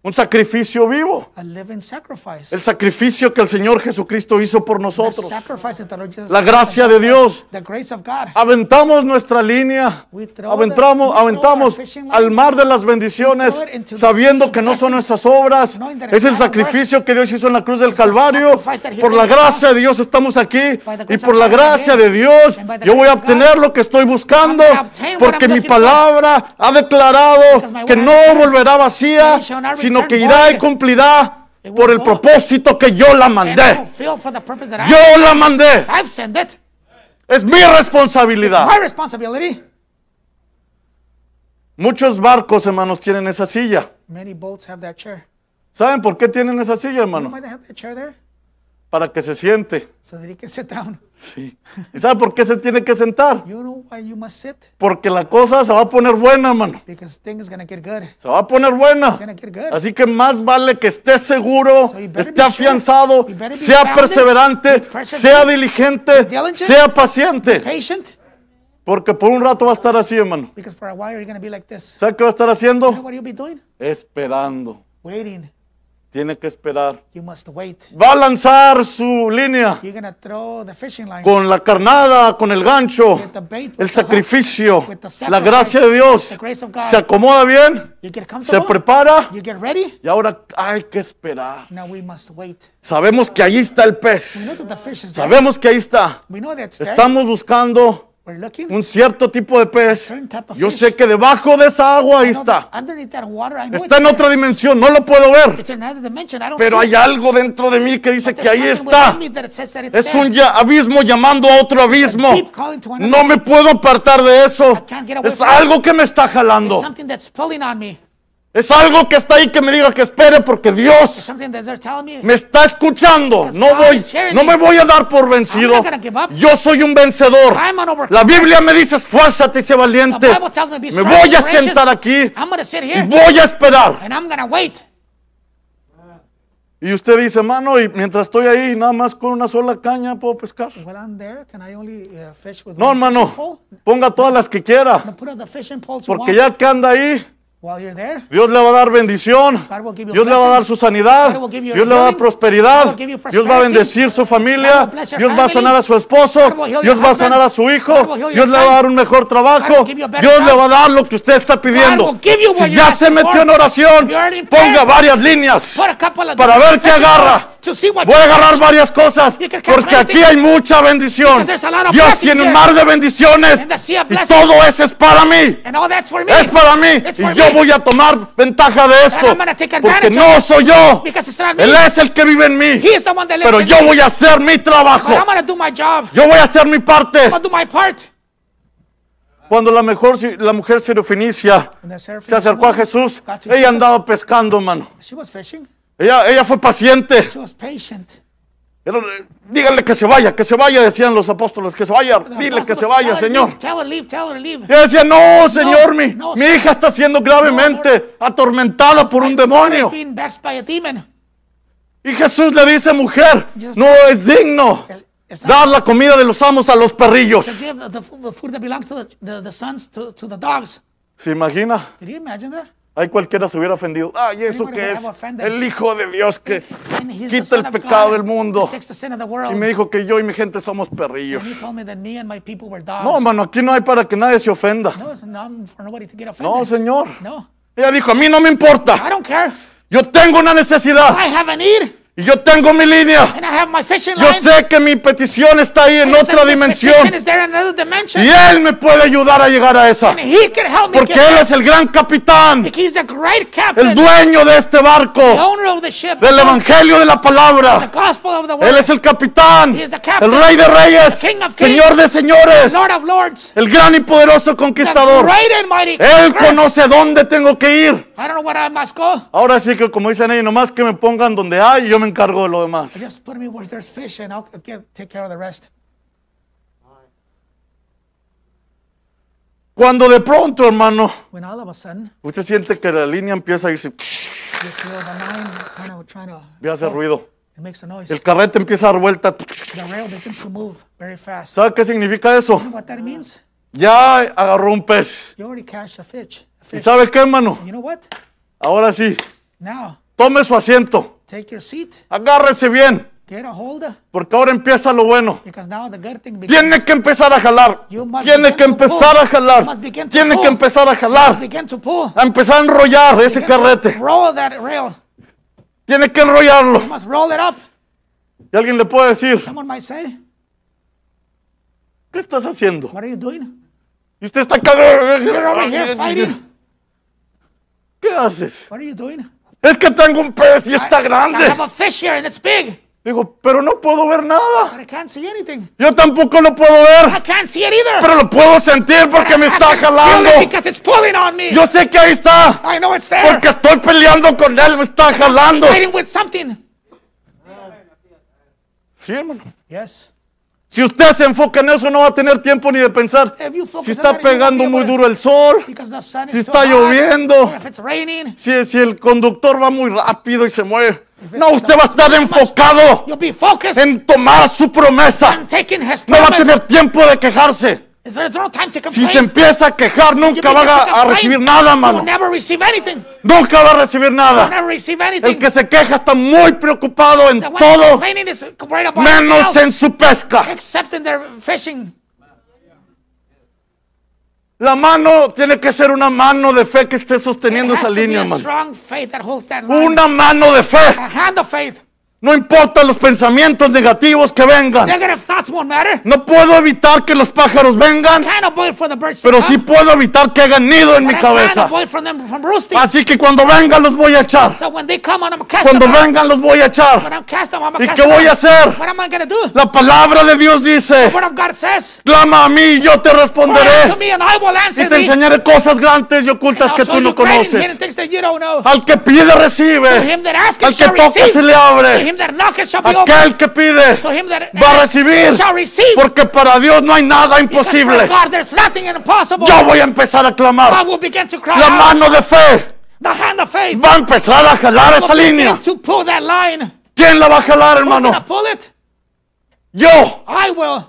Speaker 1: un sacrificio vivo.
Speaker 2: a living sacrifice.
Speaker 1: El sacrificio que el Señor Jesucristo hizo por
Speaker 2: The
Speaker 1: nosotros.
Speaker 2: sacrifice that the Lord Jesus
Speaker 1: La gracia de Dios.
Speaker 2: The grace of God.
Speaker 1: Aventamos nuestra línea,
Speaker 2: We throw the- we
Speaker 1: aventamos,
Speaker 2: throw
Speaker 1: aventamos
Speaker 2: our fishing line.
Speaker 1: al mar de las bendiciones,
Speaker 2: We throw it into the sea
Speaker 1: sabiendo
Speaker 2: of
Speaker 1: que no son
Speaker 2: blessings,
Speaker 1: nuestras obras,
Speaker 2: knowing that it's
Speaker 1: es el
Speaker 2: not our
Speaker 1: sacrificio que Dios hizo en la cruz del
Speaker 2: It's the
Speaker 1: Calvario.
Speaker 2: sacrifice that he
Speaker 1: Por
Speaker 2: did
Speaker 1: la
Speaker 2: on the
Speaker 1: gracia de Dios estamos aquí
Speaker 2: the
Speaker 1: y
Speaker 2: grace
Speaker 1: por
Speaker 2: of
Speaker 1: la
Speaker 2: God I'm
Speaker 1: gracia
Speaker 2: here.
Speaker 1: de Dios
Speaker 2: And by the
Speaker 1: yo
Speaker 2: grace
Speaker 1: voy a
Speaker 2: of God,
Speaker 1: obtener lo que estoy buscando,
Speaker 2: obtain what
Speaker 1: porque
Speaker 2: I'm
Speaker 1: mi
Speaker 2: looking for.
Speaker 1: palabra ha declarado
Speaker 2: Because my
Speaker 1: que
Speaker 2: word
Speaker 1: no
Speaker 2: has-
Speaker 1: volverá vacía,
Speaker 2: It shall not
Speaker 1: sino
Speaker 2: return
Speaker 1: que irá y
Speaker 2: void.
Speaker 1: cumplirá
Speaker 2: It
Speaker 1: por
Speaker 2: will
Speaker 1: el
Speaker 2: go.
Speaker 1: propósito que yo la
Speaker 2: And I
Speaker 1: mandé.
Speaker 2: fulfill for the purpose that I,
Speaker 1: Yo la mandé.
Speaker 2: I've sent it.
Speaker 1: Es mi responsabilidad.
Speaker 2: My responsibility.
Speaker 1: Muchos barcos, hermanos, tienen esa silla.
Speaker 2: Many boats have that chair.
Speaker 1: ¿Saben por qué tienen esa silla, hermano?
Speaker 2: Why they have that chair there?
Speaker 1: Para que se siente.
Speaker 2: So that he can <laughs> sit down.
Speaker 1: Sí. ¿Y saben por qué se tiene que sentar?
Speaker 2: You know why you must sit?
Speaker 1: Porque la cosa se va a poner buena, hermano.
Speaker 2: Because things gonna get good. It's
Speaker 1: Se va a poner buena.
Speaker 2: gonna get good.
Speaker 1: Así que más vale que esté seguro,
Speaker 2: So you better
Speaker 1: esté
Speaker 2: be sure.
Speaker 1: afianzado,
Speaker 2: You better be
Speaker 1: sea
Speaker 2: grounded,
Speaker 1: perseverante,
Speaker 2: be perseverant,
Speaker 1: sea diligente,
Speaker 2: diligent,
Speaker 1: sea paciente.
Speaker 2: Patient.
Speaker 1: Porque por un rato va a estar así, hermano.
Speaker 2: Because for a while you're gonna be like this.
Speaker 1: ¿Sabe qué va a estar
Speaker 2: You know
Speaker 1: haciendo?
Speaker 2: what you'll be doing?
Speaker 1: Esperando.
Speaker 2: Waiting.
Speaker 1: Tiene que esperar.
Speaker 2: You must wait.
Speaker 1: Va a lanzar su línea
Speaker 2: You're going to throw the fishing line
Speaker 1: con la carnada, con el gancho,
Speaker 2: with the bait.
Speaker 1: el
Speaker 2: with the hook.
Speaker 1: sacrificio,
Speaker 2: With the
Speaker 1: la
Speaker 2: sacrifice,
Speaker 1: gracia de Dios.
Speaker 2: the grace of God.
Speaker 1: Se acomoda bien,
Speaker 2: You get
Speaker 1: se
Speaker 2: comfortable.
Speaker 1: prepara
Speaker 2: You get ready.
Speaker 1: y ahora hay que esperar.
Speaker 2: Now we must wait.
Speaker 1: Sabemos que ahí está el
Speaker 2: We
Speaker 1: pez.
Speaker 2: know that the fish is there.
Speaker 1: Sabemos que ahí está.
Speaker 2: We know that it's there.
Speaker 1: Estamos buscando
Speaker 2: We're looking.
Speaker 1: un cierto tipo de pez.
Speaker 2: Certain type of
Speaker 1: Yo
Speaker 2: fish.
Speaker 1: sé que debajo de esa agua ahí
Speaker 2: I know that
Speaker 1: está.
Speaker 2: Underneath that water, I know
Speaker 1: Está en
Speaker 2: it's, there.
Speaker 1: otra dimensión, no lo puedo ver.
Speaker 2: it's in another dimension. I don't
Speaker 1: Pero
Speaker 2: see
Speaker 1: hay algo dentro de mí que dice
Speaker 2: it.
Speaker 1: que ahí
Speaker 2: There's something
Speaker 1: está.
Speaker 2: within me that it says that it's
Speaker 1: Es
Speaker 2: there.
Speaker 1: un ya- abismo llamando a otro abismo.
Speaker 2: Deep calling to another.
Speaker 1: No me puedo apartar de eso.
Speaker 2: can't get away
Speaker 1: Es
Speaker 2: from it.
Speaker 1: algo que me está
Speaker 2: It's
Speaker 1: jalando.
Speaker 2: something that's pulling on me.
Speaker 1: Es algo que está ahí que me diga que espere porque Dios
Speaker 2: Something that they're telling me.
Speaker 1: me está escuchando. No voy, no me voy a dar por vencido. Yo soy un vencedor.
Speaker 2: I'm an overcomer.
Speaker 1: La Biblia me dice esfuérzate y sé
Speaker 2: The
Speaker 1: valiente.
Speaker 2: Bible tells me
Speaker 1: Me
Speaker 2: be strong
Speaker 1: voy a
Speaker 2: and courageous.
Speaker 1: sentar aquí
Speaker 2: I'm going to sit
Speaker 1: y
Speaker 2: here
Speaker 1: voy a esperar.
Speaker 2: and I'm going to wait.
Speaker 1: Y usted dice, mano, y mientras estoy ahí, nada más con una sola caña puedo pescar.
Speaker 2: When I'm there, can I only uh, fish with
Speaker 1: No,
Speaker 2: one fishing
Speaker 1: hermano,
Speaker 2: pole?
Speaker 1: ponga todas las que quiera.
Speaker 2: Put up the fishing pole to
Speaker 1: Porque
Speaker 2: one.
Speaker 1: ya que anda ahí,
Speaker 2: While you're there,
Speaker 1: Dios le va a dar bendición.
Speaker 2: God will give you
Speaker 1: Dios le va a dar su sanidad.
Speaker 2: God will give you
Speaker 1: Dios le va a dar
Speaker 2: healing. God
Speaker 1: prosperidad.
Speaker 2: will give you
Speaker 1: Dios va a
Speaker 2: prosperity.
Speaker 1: bendecir su
Speaker 2: God
Speaker 1: familia.
Speaker 2: will bless your
Speaker 1: Dios va a
Speaker 2: family.
Speaker 1: sanar a su esposo.
Speaker 2: God will heal
Speaker 1: Dios
Speaker 2: your
Speaker 1: va a
Speaker 2: husband.
Speaker 1: sanar a su hijo.
Speaker 2: God will heal
Speaker 1: Dios
Speaker 2: your
Speaker 1: le va a
Speaker 2: son.
Speaker 1: dar un mejor
Speaker 2: God
Speaker 1: trabajo.
Speaker 2: will give you a better
Speaker 1: Dios le
Speaker 2: job.
Speaker 1: va a dar lo que usted está pidiendo.
Speaker 2: will give you what
Speaker 1: Si
Speaker 2: you're
Speaker 1: ya se
Speaker 2: asking
Speaker 1: metió
Speaker 2: for.
Speaker 1: en oración,
Speaker 2: If you're already in prayer,
Speaker 1: ponga varias líneas
Speaker 2: put a couple of
Speaker 1: para ver qué
Speaker 2: fishing
Speaker 1: agarra.
Speaker 2: poles To see what
Speaker 1: Voy a
Speaker 2: you
Speaker 1: agarrar
Speaker 2: catch.
Speaker 1: varias cosas
Speaker 2: You can catch
Speaker 1: porque
Speaker 2: many
Speaker 1: aquí
Speaker 2: things.
Speaker 1: hay mucha bendición.
Speaker 2: Because there's a lot of
Speaker 1: Dios
Speaker 2: blessing
Speaker 1: tiene un
Speaker 2: here.
Speaker 1: mar de bendiciones
Speaker 2: And the sea of
Speaker 1: y
Speaker 2: blessings.
Speaker 1: todo eso es para mí.
Speaker 2: And all that's for me.
Speaker 1: Es para mí
Speaker 2: It's
Speaker 1: y
Speaker 2: for
Speaker 1: yo
Speaker 2: me.
Speaker 1: voy a tomar ventaja de esto
Speaker 2: I'm gonna take
Speaker 1: porque
Speaker 2: advantage of
Speaker 1: no soy yo.
Speaker 2: Because it's not me.
Speaker 1: Él es el que vive en mí,
Speaker 2: He is the one that lives
Speaker 1: pero
Speaker 2: in
Speaker 1: yo
Speaker 2: me.
Speaker 1: voy a hacer mi
Speaker 2: But I'm
Speaker 1: trabajo.
Speaker 2: going to do my job.
Speaker 1: Yo voy a hacer mi parte.
Speaker 2: I'm going to do my part.
Speaker 1: Cuando la mejor ci- la mujer sirofenicia
Speaker 2: And the
Speaker 1: se
Speaker 2: Seraphim
Speaker 1: acercó a
Speaker 2: woman
Speaker 1: Jesús,
Speaker 2: got to
Speaker 1: ella
Speaker 2: Jesus.
Speaker 1: andaba pescando, mano.
Speaker 2: She was fishing.
Speaker 1: Ella, ella fue paciente.
Speaker 2: She was patient.
Speaker 1: Era, eh, Díganle que se vaya, que se vaya, decían los apóstoles, que se vaya,
Speaker 2: The
Speaker 1: dile que
Speaker 2: apostles
Speaker 1: se
Speaker 2: would
Speaker 1: vaya,
Speaker 2: tell her,
Speaker 1: Señor.
Speaker 2: "Leave, Tell her, leave, tell her, leave.
Speaker 1: Ella decía, no, Señor, mi,
Speaker 2: no,
Speaker 1: mi
Speaker 2: Señor.
Speaker 1: hija está siendo gravemente atormentada por un
Speaker 2: She's
Speaker 1: demonio.
Speaker 2: being vexed by a demon.
Speaker 1: Y Jesús le dice, mujer,
Speaker 2: Just-
Speaker 1: no es digno
Speaker 2: It's- it's not-
Speaker 1: dar la comida de los amos a los perrillos.
Speaker 2: to give the, the, food, the food that belongs to the, the, the sons to, to the dogs.
Speaker 1: ¿Se imagina?
Speaker 2: Did you imagine that?
Speaker 1: Ahí cualquiera se hubiera ofendido. Ay, ¿eso
Speaker 2: Anyone
Speaker 1: qué
Speaker 2: would
Speaker 1: es?
Speaker 2: have offended.
Speaker 1: El Hijo de Dios que es-
Speaker 2: And he's the
Speaker 1: quita
Speaker 2: son
Speaker 1: el
Speaker 2: of God
Speaker 1: pecado del
Speaker 2: that
Speaker 1: mundo.
Speaker 2: takes the sin of the
Speaker 1: Y
Speaker 2: world.
Speaker 1: me
Speaker 2: And
Speaker 1: dijo que yo y mi gente somos perrillos.
Speaker 2: he told me that me and my people were dogs.
Speaker 1: No, mano, aquí no hay para que nadie se ofenda.
Speaker 2: No, it's not for nobody to get offended.
Speaker 1: No, señor.
Speaker 2: No.
Speaker 1: Ella dijo, a mí no me importa.
Speaker 2: I don't care.
Speaker 1: Yo tengo una necesidad
Speaker 2: I have a need,
Speaker 1: y yo tengo mi línea.
Speaker 2: and I have my fishing
Speaker 1: Yo
Speaker 2: line.
Speaker 1: sé que mi petición está ahí en
Speaker 2: And
Speaker 1: otra
Speaker 2: the
Speaker 1: dimensión.
Speaker 2: petition Is there in another dimension?
Speaker 1: Y Él me puede ayudar a llegar a esa.
Speaker 2: And he can help me
Speaker 1: Porque
Speaker 2: get
Speaker 1: Él
Speaker 2: there.
Speaker 1: es el gran capitán,
Speaker 2: He's a great captain,
Speaker 1: el dueño de este
Speaker 2: the
Speaker 1: barco,
Speaker 2: owner of the ship,
Speaker 1: del evangelio de la
Speaker 2: the
Speaker 1: palabra.
Speaker 2: gospel of the
Speaker 1: Él
Speaker 2: world,
Speaker 1: es el capitán,
Speaker 2: He is the
Speaker 1: el
Speaker 2: captain,
Speaker 1: rey de reyes,
Speaker 2: the king of kings,
Speaker 1: señor de señores,
Speaker 2: Lord of lords,
Speaker 1: el gran y poderoso
Speaker 2: the
Speaker 1: conquistador.
Speaker 2: great and mighty.
Speaker 1: Él
Speaker 2: conqueror.
Speaker 1: conoce dónde tengo que ir.
Speaker 2: I don't know where I must go.
Speaker 1: Ahora sí que como dicen ellos, nomás que me pongan donde hay y yo me encargo de lo demás.
Speaker 2: Just put me where there's fish, and I'll get, take care of the rest.
Speaker 1: Cuando de pronto, hermano,
Speaker 2: When all of a sudden
Speaker 1: usted siente que la línea empieza a irse,
Speaker 2: you feel the line kind of trying to,
Speaker 1: y hace ruido.
Speaker 2: it makes a noise.
Speaker 1: El carrete empieza a dar vuelta.
Speaker 2: The rail begins to move very fast.
Speaker 1: ¿Sabe qué significa eso?
Speaker 2: You know what that means?
Speaker 1: Ya agarró un pez.
Speaker 2: You already catch a fish. A
Speaker 1: ¿Y
Speaker 2: fish.
Speaker 1: sabe qué, hermano?
Speaker 2: You know what?
Speaker 1: Ahora sí,
Speaker 2: Now
Speaker 1: tome su asiento,
Speaker 2: take your seat,
Speaker 1: agárrese bien,
Speaker 2: get a hold,
Speaker 1: porque ahora empieza lo bueno.
Speaker 2: because now the good thing begins.
Speaker 1: Tiene que empezar a jalar,
Speaker 2: You must
Speaker 1: tiene
Speaker 2: begin
Speaker 1: que
Speaker 2: to
Speaker 1: empezar
Speaker 2: pull.
Speaker 1: a jalar,
Speaker 2: You must begin to
Speaker 1: tiene que
Speaker 2: pull.
Speaker 1: empezar a jalar,
Speaker 2: Begin to pull.
Speaker 1: a empezar a enrollar ese
Speaker 2: Begin
Speaker 1: Ah,
Speaker 2: to
Speaker 1: carrete,
Speaker 2: Roll that rail.
Speaker 1: tiene que enrollarlo.
Speaker 2: You must roll it up.
Speaker 1: Y alguien le puede decir,
Speaker 2: Someone might say,
Speaker 1: ¿qué estás haciendo?
Speaker 2: "What are you doing?
Speaker 1: Y usted está
Speaker 2: Over here
Speaker 1: cagado.
Speaker 2: fighting.
Speaker 1: ¿Qué haces?
Speaker 2: What are you doing?
Speaker 1: Es que tengo un pez y está
Speaker 2: I have
Speaker 1: grande.
Speaker 2: a fish here, and it's big,
Speaker 1: Digo, pero no puedo ver nada.
Speaker 2: but I can't see anything.
Speaker 1: Yo tampoco lo puedo
Speaker 2: I
Speaker 1: ver,
Speaker 2: can't see it either."
Speaker 1: pero lo puedo sentir porque me
Speaker 2: I <laughs>
Speaker 1: está
Speaker 2: can feel
Speaker 1: jalando.
Speaker 2: it Because it's pulling on me.
Speaker 1: Yo sé que ahí está.
Speaker 2: I know it's there.
Speaker 1: Porque estoy peleando con él, me está jalando.
Speaker 2: Fighting with something.
Speaker 1: Sí, hermano.
Speaker 2: Yes.
Speaker 1: Si usted se enfoca en eso, no va a tener tiempo ni de pensar.
Speaker 2: If you focus
Speaker 1: Si
Speaker 2: on
Speaker 1: está
Speaker 2: that, you won't be
Speaker 1: pegando
Speaker 2: able
Speaker 1: muy
Speaker 2: to-
Speaker 1: duro el sol,
Speaker 2: Because the sun
Speaker 1: si
Speaker 2: is so
Speaker 1: está
Speaker 2: hot,
Speaker 1: lloviendo.
Speaker 2: or If it's raining,
Speaker 1: si, si el conductor va muy rápido y se mueve. No, usted va a estar enfocado
Speaker 2: you'll be focused
Speaker 1: en tomar su promesa.
Speaker 2: on taking his
Speaker 1: No va a
Speaker 2: promise.
Speaker 1: tener tiempo de quejarse.
Speaker 2: It's, there's no time to
Speaker 1: Si
Speaker 2: complain.
Speaker 1: se empieza a quejar,
Speaker 2: You
Speaker 1: nunca
Speaker 2: begin
Speaker 1: va
Speaker 2: to
Speaker 1: a, a
Speaker 2: complain,
Speaker 1: recibir nada,
Speaker 2: You will
Speaker 1: hermano.
Speaker 2: never receive anything.
Speaker 1: Nunca va a recibir
Speaker 2: You'll
Speaker 1: nada.
Speaker 2: never receive
Speaker 1: El
Speaker 2: anything.
Speaker 1: que se queja está muy preocupado en
Speaker 2: The one
Speaker 1: todo,
Speaker 2: complaining is worried about
Speaker 1: menos
Speaker 2: everything else,
Speaker 1: en su pesca.
Speaker 2: except in their fishing.
Speaker 1: La mano tiene que ser una mano de fe que esté sosteniendo
Speaker 2: It
Speaker 1: esa
Speaker 2: has to be
Speaker 1: línea,
Speaker 2: a
Speaker 1: hermano.
Speaker 2: strong faith that holds that line.
Speaker 1: Una mano de fe.
Speaker 2: A hand of faith.
Speaker 1: No importa los pensamientos negativos que vengan.
Speaker 2: Negative thoughts won't matter.
Speaker 1: No puedo evitar que los pájaros vengan,
Speaker 2: Can't avoid for the birds to
Speaker 1: pero
Speaker 2: come,
Speaker 1: sí puedo evitar que hagan nido en mi
Speaker 2: but I can't
Speaker 1: cabeza.
Speaker 2: avoid from them from roosting.
Speaker 1: Así que cuando vengan los voy a echar.
Speaker 2: So when they come, I'm gonna cast
Speaker 1: Cuando
Speaker 2: them out.
Speaker 1: vengan los voy a echar.
Speaker 2: When I'm cast them, I'm
Speaker 1: ¿Y
Speaker 2: gonna cast
Speaker 1: qué voy
Speaker 2: them
Speaker 1: a
Speaker 2: out.
Speaker 1: hacer?
Speaker 2: What am I gonna do?
Speaker 1: La palabra de Dios dice,
Speaker 2: What of God says.
Speaker 1: clama a mí y yo te
Speaker 2: Cry to
Speaker 1: responderé
Speaker 2: me and I will answer
Speaker 1: y te
Speaker 2: thee.
Speaker 1: enseñaré cosas grandes y ocultas
Speaker 2: I'll
Speaker 1: que
Speaker 2: show
Speaker 1: tú
Speaker 2: you
Speaker 1: no
Speaker 2: great and hidden
Speaker 1: conoces.
Speaker 2: things that you don't know.
Speaker 1: Al que pide
Speaker 2: To
Speaker 1: recibe,
Speaker 2: him that asketh
Speaker 1: al que
Speaker 2: shall
Speaker 1: toca se
Speaker 2: receive.
Speaker 1: le
Speaker 2: To
Speaker 1: abre,
Speaker 2: him that knocketh shall be opened.
Speaker 1: aquel que pide
Speaker 2: To him that
Speaker 1: va a
Speaker 2: asketh
Speaker 1: recibir,
Speaker 2: shall receive.
Speaker 1: porque para Dios no hay nada
Speaker 2: Because for
Speaker 1: imposible.
Speaker 2: God, there's nothing impossible.
Speaker 1: Yo voy a empezar a
Speaker 2: I
Speaker 1: clamar.
Speaker 2: will begin to cry
Speaker 1: La
Speaker 2: out.
Speaker 1: mano de fe
Speaker 2: The hand of faith.
Speaker 1: va a empezar a jalar
Speaker 2: will
Speaker 1: esa
Speaker 2: begin
Speaker 1: línea.
Speaker 2: To pull that line. Who's
Speaker 1: ¿Quién la va a jalar,
Speaker 2: gonna
Speaker 1: hermano?
Speaker 2: pull it?
Speaker 1: Yo.
Speaker 2: I will.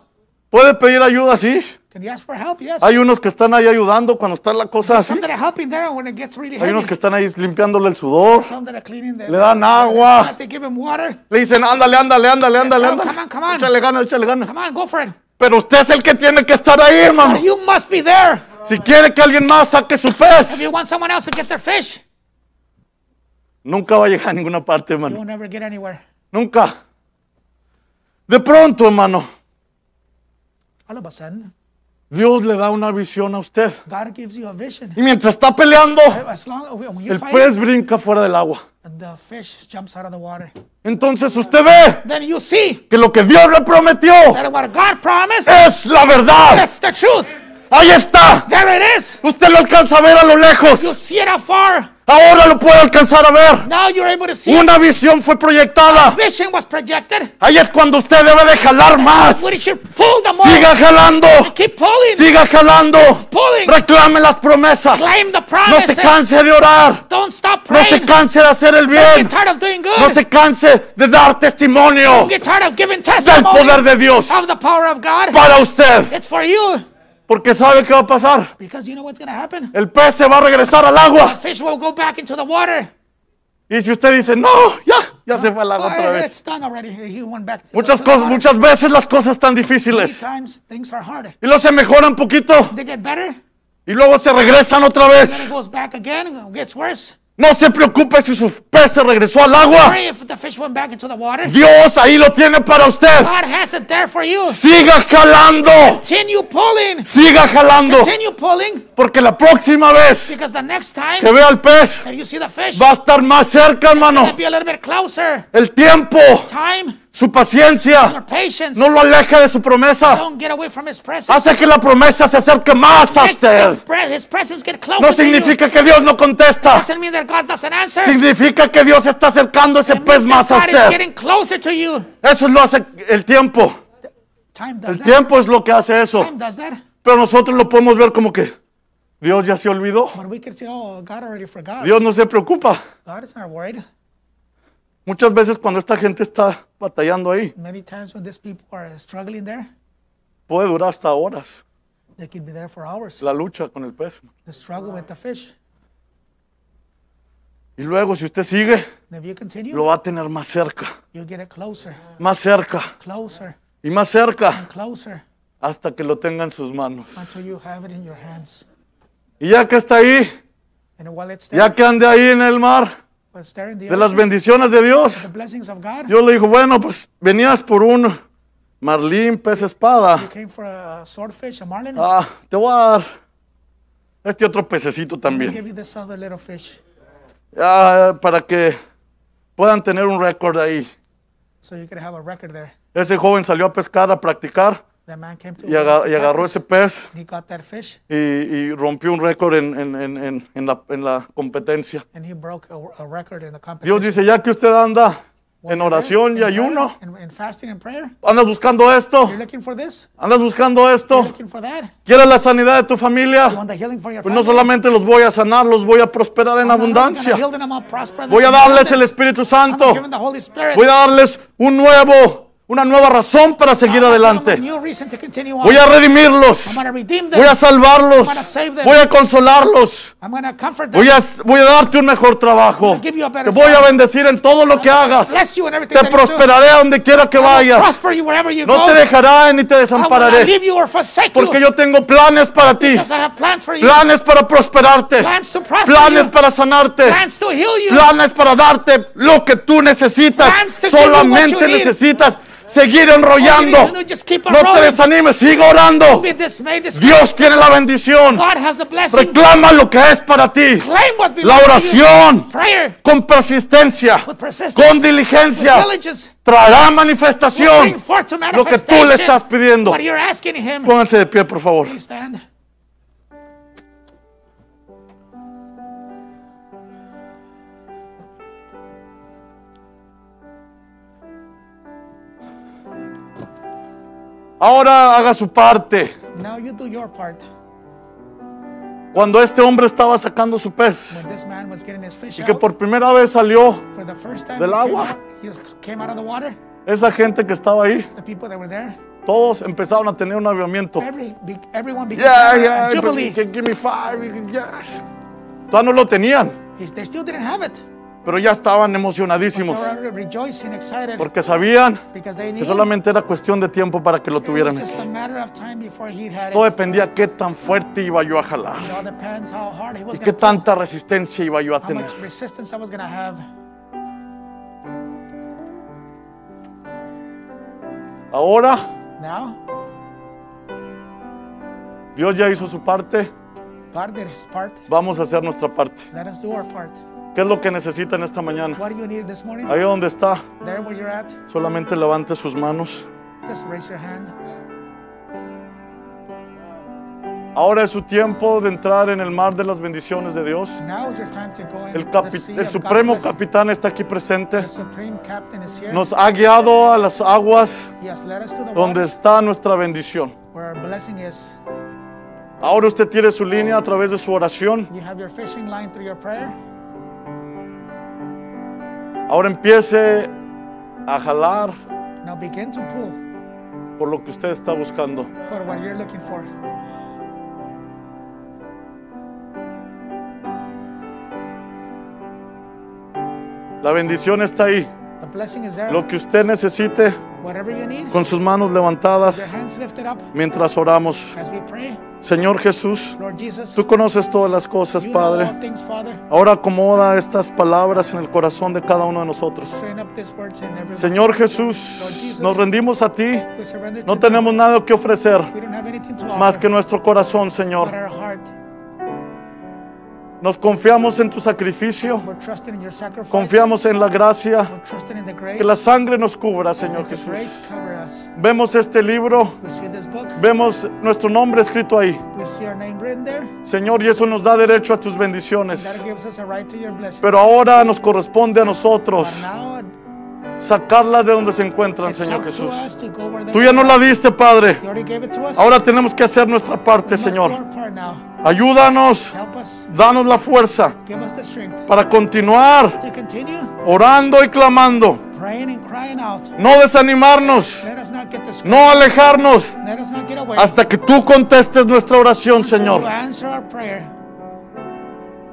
Speaker 1: ¿Puede pedir ayuda, sí?
Speaker 2: Can you ask for help? Yes.
Speaker 1: Hay unos que están ahí ayudando cuando está la cosa así.
Speaker 2: Some that are helping there when it gets really
Speaker 1: Hay unos
Speaker 2: heavy.
Speaker 1: que están ahí limpiándole el sudor.
Speaker 2: Some that are cleaning the.
Speaker 1: Le dan agua.
Speaker 2: They give him water.
Speaker 1: Le dicen, ándale, ándale, ándale, ándale,
Speaker 2: Come on, come on,
Speaker 1: ándale.
Speaker 2: come on.
Speaker 1: Échale gana, échale gana.
Speaker 2: Come on, go for it.
Speaker 1: Pero usted es el que tiene que estar ahí,
Speaker 2: But
Speaker 1: hermano.
Speaker 2: you must be there.
Speaker 1: Si quiere que alguien más saque su
Speaker 2: If
Speaker 1: pez,
Speaker 2: you want someone else to get their fish,
Speaker 1: nunca va a llegar a ninguna parte,
Speaker 2: you
Speaker 1: hermano.
Speaker 2: will never get anywhere.
Speaker 1: Nunca. De pronto, hermano,
Speaker 2: All of a sudden,
Speaker 1: Dios le da una visión a usted.
Speaker 2: God gives you a vision.
Speaker 1: Y mientras está peleando,
Speaker 2: As long when you
Speaker 1: el
Speaker 2: fight,
Speaker 1: pez brinca fuera del agua.
Speaker 2: the fish jumps out of the water.
Speaker 1: Entonces usted ve
Speaker 2: Then you see
Speaker 1: que lo que Dios le prometió
Speaker 2: that what God promised,
Speaker 1: es la verdad.
Speaker 2: that's the truth.
Speaker 1: Ahí está.
Speaker 2: There it is.
Speaker 1: Usted lo alcanza a ver a lo
Speaker 2: You
Speaker 1: lejos.
Speaker 2: see it afar.
Speaker 1: Ahora lo puede alcanzar a ver.
Speaker 2: Now you're able to see. it.
Speaker 1: Una visión fue proyectada.
Speaker 2: Vision was projected.
Speaker 1: Ahí es cuando usted debe de jalar más.
Speaker 2: What did you pull them all?
Speaker 1: Siga jalando.
Speaker 2: Keep pulling,
Speaker 1: Siga jalando.
Speaker 2: pulling.
Speaker 1: Reclame las promesas.
Speaker 2: Claim the
Speaker 1: No se
Speaker 2: promises.
Speaker 1: canse de orar.
Speaker 2: Don't stop
Speaker 1: No se
Speaker 2: praying.
Speaker 1: canse de hacer el
Speaker 2: Get
Speaker 1: bien.
Speaker 2: tired of doing good.
Speaker 1: No se canse de dar testimonio
Speaker 2: Get tired of giving
Speaker 1: del poder
Speaker 2: testimony
Speaker 1: de Dios
Speaker 2: of the power of God.
Speaker 1: para usted.
Speaker 2: It's for you.
Speaker 1: Porque sabe qué va a pasar.
Speaker 2: Because you know what's going to happen?
Speaker 1: El pez se va a regresar al
Speaker 2: The
Speaker 1: agua.
Speaker 2: fish will go back into the water.
Speaker 1: Y si usted dice, no, ya, ya se fue al agua otra
Speaker 2: Oh,
Speaker 1: vez.
Speaker 2: it's done already. He went back. To
Speaker 1: Muchas
Speaker 2: to the
Speaker 1: cosas,
Speaker 2: water.
Speaker 1: muchas veces las cosas están
Speaker 2: Many
Speaker 1: difíciles.
Speaker 2: times things are hard.
Speaker 1: Y luego se mejoran poquito.
Speaker 2: They get better.
Speaker 1: Y luego se regresan otra
Speaker 2: It
Speaker 1: vez.
Speaker 2: goes back again. Gets worse.
Speaker 1: No se preocupe si su pez se regresó al agua.
Speaker 2: Pray if the fish went back into the water.
Speaker 1: Dios ahí lo tiene para usted.
Speaker 2: God has it there for you.
Speaker 1: Siga jalando.
Speaker 2: Continue pulling.
Speaker 1: Siga jalando.
Speaker 2: Continue pulling.
Speaker 1: Porque la próxima vez
Speaker 2: Because the next time
Speaker 1: que vea al pez
Speaker 2: that you see the fish,
Speaker 1: va a estar más cerca, hermano.
Speaker 2: it'll be a little bit closer.
Speaker 1: El tiempo,
Speaker 2: Time,
Speaker 1: su paciencia,
Speaker 2: your patience.
Speaker 1: no lo aleja de su promesa.
Speaker 2: Don't get away from his presence.
Speaker 1: Hace que la promesa se acerque más a
Speaker 2: Make
Speaker 1: usted.
Speaker 2: his pre- His presence get closer.
Speaker 1: No
Speaker 2: to you.
Speaker 1: significa que Dios no contesta.
Speaker 2: Doesn't mean that God doesn't answer.
Speaker 1: Significa que Dios está acercando ese
Speaker 2: It means
Speaker 1: pez más a
Speaker 2: that God is
Speaker 1: usted.
Speaker 2: getting closer to you.
Speaker 1: Eso lo hace el tiempo.
Speaker 2: Time does
Speaker 1: El
Speaker 2: that.
Speaker 1: tiempo es lo que hace eso.
Speaker 2: Time does that.
Speaker 1: Pero nosotros lo podemos ver como que Dios ya se olvidó.
Speaker 2: But we can say, oh, God already forgot.
Speaker 1: Dios no se preocupa.
Speaker 2: God is not worried.
Speaker 1: Muchas veces cuando esta gente está batallando ahí,
Speaker 2: Many times when these people are struggling there,
Speaker 1: puede durar hasta horas
Speaker 2: they could be there for hours.
Speaker 1: la lucha con el pez.
Speaker 2: The struggle with the fish.
Speaker 1: Y luego si usted sigue,
Speaker 2: And if you
Speaker 1: lo
Speaker 2: continue,
Speaker 1: va a tener más cerca,
Speaker 2: you get it closer,
Speaker 1: más cerca
Speaker 2: closer,
Speaker 1: y más cerca
Speaker 2: closer
Speaker 1: hasta que lo tenga en sus manos.
Speaker 2: until you have it in your hands.
Speaker 1: Y ya que está ahí,
Speaker 2: And while it's there,
Speaker 1: ya que ande ahí en el mar
Speaker 2: while it's there in the
Speaker 1: de las
Speaker 2: ocean,
Speaker 1: bendiciones de Dios,
Speaker 2: the blessings of God,
Speaker 1: Dios le dijo, bueno, pues venías por un marlín, pez espada.
Speaker 2: you came for a swordfish, a marlin, and
Speaker 1: Ah, te voy a dar este otro pececito
Speaker 2: we
Speaker 1: también.
Speaker 2: gave you this other little fish
Speaker 1: Ah, para que puedan tener un récord ahí.
Speaker 2: so you could have a record there.
Speaker 1: Ese joven salió a pescar, a practicar,
Speaker 2: That man came to
Speaker 1: y, aga- y agarró ese pez
Speaker 2: He got that fish
Speaker 1: y, y rompió un récord en, en- en- en- en la, en la competencia.
Speaker 2: and he broke a, a record in the
Speaker 1: Dios
Speaker 2: competition.
Speaker 1: dice, ya que usted anda
Speaker 2: When
Speaker 1: en
Speaker 2: you're there,
Speaker 1: oración y
Speaker 2: in prayer,
Speaker 1: ayuno,
Speaker 2: In, in fasting and prayer.
Speaker 1: andas buscando esto,
Speaker 2: You're looking for this.
Speaker 1: andas buscando
Speaker 2: You're
Speaker 1: esto,
Speaker 2: looking for that.
Speaker 1: quieres la sanidad de tu
Speaker 2: You
Speaker 1: familia,
Speaker 2: want the healing for your
Speaker 1: pues no
Speaker 2: family.
Speaker 1: solamente los voy a sanar, los voy a prosperar en
Speaker 2: I'm not only gonna
Speaker 1: abundancia.
Speaker 2: heal them, I'll prosper them
Speaker 1: Voy a
Speaker 2: in
Speaker 1: darles el
Speaker 2: abundance.
Speaker 1: Espíritu
Speaker 2: I'm gonna
Speaker 1: Santo.
Speaker 2: give them the Holy Spirit.
Speaker 1: Voy a darles un nuevo una nueva razón para seguir
Speaker 2: I'm gonna give them
Speaker 1: adelante.
Speaker 2: a new reason to continue on.
Speaker 1: Voy a redimirlos.
Speaker 2: I'm going to redeem them.
Speaker 1: Voy a salvarlos.
Speaker 2: I'm gonna save them.
Speaker 1: Voy a consolarlos.
Speaker 2: I'm going to comfort them.
Speaker 1: Voy a, voy a darte un mejor trabajo.
Speaker 2: I'm gonna give you a better
Speaker 1: Te voy a
Speaker 2: job.
Speaker 1: bendecir en todo lo que hagas.
Speaker 2: Bless you in everything
Speaker 1: Te
Speaker 2: that you do.
Speaker 1: prosperaré a donde quiera que
Speaker 2: I will
Speaker 1: vayas.
Speaker 2: prosper you wherever you
Speaker 1: No
Speaker 2: go.
Speaker 1: te dejaré ni te
Speaker 2: I will not
Speaker 1: desampararé.
Speaker 2: leave you or forsake
Speaker 1: Porque
Speaker 2: you.
Speaker 1: yo tengo planes para ti.
Speaker 2: Because I have plans for you.
Speaker 1: Planes para prosperarte.
Speaker 2: Plans to prosper
Speaker 1: Planes
Speaker 2: you.
Speaker 1: para sanarte.
Speaker 2: Plans to heal you.
Speaker 1: Planes para darte lo que tú necesitas.
Speaker 2: Plans to give you what
Speaker 1: Solamente
Speaker 2: you need.
Speaker 1: necesitas seguir
Speaker 2: All you
Speaker 1: enrollando.
Speaker 2: need to do, just keep on
Speaker 1: No te
Speaker 2: rolling.
Speaker 1: desanimes, siga orando.
Speaker 2: Be dismayed, discouraged.
Speaker 1: Dios tiene la bendición.
Speaker 2: God has a blessing.
Speaker 1: Reclama lo que es para ti.
Speaker 2: Claim what belongs
Speaker 1: La
Speaker 2: to you.
Speaker 1: oración
Speaker 2: Prayer
Speaker 1: con persistencia,
Speaker 2: with persistence.
Speaker 1: con
Speaker 2: with
Speaker 1: diligencia,
Speaker 2: diligence.
Speaker 1: traerá
Speaker 2: will bring
Speaker 1: manifestación.
Speaker 2: forth to
Speaker 1: Lo que tú le
Speaker 2: manifestation
Speaker 1: estás pidiendo.
Speaker 2: What you're asking him.
Speaker 1: Pónganse de pie, por favor.
Speaker 2: Please stand.
Speaker 1: Ahora haga su parte.
Speaker 2: Now you do your part.
Speaker 1: Cuando este hombre estaba sacando su pez
Speaker 2: When this man was getting his fish
Speaker 1: y que
Speaker 2: out,
Speaker 1: por primera vez salió
Speaker 2: for the first time,
Speaker 1: del
Speaker 2: he came,
Speaker 1: agua.
Speaker 2: out, he came out of the water.
Speaker 1: esa gente que estaba ahí,
Speaker 2: The people that were there,
Speaker 1: todos empezaron a tener un avivamiento.
Speaker 2: every, be, everyone became
Speaker 1: Yeah,
Speaker 2: a
Speaker 1: yeah, but
Speaker 2: jubilee.
Speaker 1: you can give me five, you can- yes. Todavía no lo tenían,
Speaker 2: He- They still didn't have it.
Speaker 1: pero ya estaban
Speaker 2: They
Speaker 1: emocionadísimos
Speaker 2: were already rejoicing, excited,
Speaker 1: porque sabían
Speaker 2: because they
Speaker 1: que
Speaker 2: knew
Speaker 1: solamente era cuestión de tiempo para que lo
Speaker 2: it was
Speaker 1: tuvieran.
Speaker 2: just a matter of time before he had it.
Speaker 1: Todo dependía qué tan fuerte iba yo a jalar,
Speaker 2: It all depends how hard he was
Speaker 1: qué
Speaker 2: going to
Speaker 1: tanta resistencia iba yo a
Speaker 2: how
Speaker 1: tener.
Speaker 2: much resistance I was going to have.
Speaker 1: Ahora
Speaker 2: Now,
Speaker 1: Dios ya hizo su parte,
Speaker 2: God did his part.
Speaker 1: vamos a hacer nuestra parte.
Speaker 2: Let us do our part.
Speaker 1: ¿Qué es lo que necesitan esta mañana?
Speaker 2: What do you need this morning?
Speaker 1: Ahí donde está,
Speaker 2: There where you're at,
Speaker 1: solamente levante sus manos.
Speaker 2: just raise your hand.
Speaker 1: Ahora es su tiempo de entrar en el mar de las bendiciones de Dios.
Speaker 2: Now is your time to go in
Speaker 1: El,
Speaker 2: the
Speaker 1: capi-
Speaker 2: sea
Speaker 1: el
Speaker 2: of
Speaker 1: supremo
Speaker 2: God's blessing.
Speaker 1: capitán está aquí presente.
Speaker 2: The supreme captain is here.
Speaker 1: Nos ha guiado a las aguas
Speaker 2: He has led us to the
Speaker 1: donde
Speaker 2: waters
Speaker 1: está nuestra bendición.
Speaker 2: where our blessing is.
Speaker 1: Ahora usted tiene su línea a través de su oración.
Speaker 2: You have your fishing line through your prayer.
Speaker 1: Ahora empiece a jalar
Speaker 2: Now begin to pull
Speaker 1: por lo que usted está buscando.
Speaker 2: for what you're looking for.
Speaker 1: La bendición está ahí.
Speaker 2: The blessing is there.
Speaker 1: Lo que usted necesite,
Speaker 2: Whatever you need,
Speaker 1: con sus manos
Speaker 2: your
Speaker 1: levantadas,
Speaker 2: hands lifted up
Speaker 1: mientras oramos.
Speaker 2: as we pray.
Speaker 1: Señor Jesús,
Speaker 2: Lord Jesus,
Speaker 1: tú conoces todas las cosas,
Speaker 2: you know
Speaker 1: Padre.
Speaker 2: all things, Father.
Speaker 1: Ahora acomoda estas palabras en el corazón de cada uno de nosotros.
Speaker 2: Train up these words in every
Speaker 1: Señor Jesús, nos rendimos a ti.
Speaker 2: we surrender
Speaker 1: No
Speaker 2: to you.
Speaker 1: tenemos nada que ofrecer
Speaker 2: We don't have anything to
Speaker 1: más
Speaker 2: offer
Speaker 1: que nuestro corazón,
Speaker 2: but
Speaker 1: Señor.
Speaker 2: our heart.
Speaker 1: Nos confiamos en tu sacrificio,
Speaker 2: We're trusting in your sacrifice.
Speaker 1: confiamos en la gracia,
Speaker 2: We're trusting in the grace.
Speaker 1: que la sangre nos cubra, Señor
Speaker 2: Let the grace
Speaker 1: Jesús.
Speaker 2: cover us.
Speaker 1: Vemos este libro,
Speaker 2: We see this book.
Speaker 1: vemos nuestro nombre escrito ahí,
Speaker 2: We see our name written there.
Speaker 1: Señor, y eso nos da derecho a tus bendiciones.
Speaker 2: That gives us a right to your blessing.
Speaker 1: Pero ahora nos corresponde a nosotros
Speaker 2: But now it-
Speaker 1: sacarlas de donde se encuentran,
Speaker 2: it's
Speaker 1: Señor
Speaker 2: up to
Speaker 1: Jesús.
Speaker 2: us to go where they
Speaker 1: Tú ya
Speaker 2: are.
Speaker 1: nos la diste, Padre.
Speaker 2: You already gave it to us.
Speaker 1: Ahora tenemos que hacer nuestra parte,
Speaker 2: We must do
Speaker 1: Señor.
Speaker 2: our part now.
Speaker 1: Ayúdanos,
Speaker 2: Help us.
Speaker 1: danos la fuerza
Speaker 2: Give us the strength
Speaker 1: para continuar
Speaker 2: to continue
Speaker 1: orando y clamando.
Speaker 2: praying and crying out.
Speaker 1: No desanimarnos,
Speaker 2: Let us not get discouraged.
Speaker 1: no alejarnos
Speaker 2: Let us not get away.
Speaker 1: hasta que tú contestes nuestra oración,
Speaker 2: Until
Speaker 1: Señor.
Speaker 2: you answer our prayer.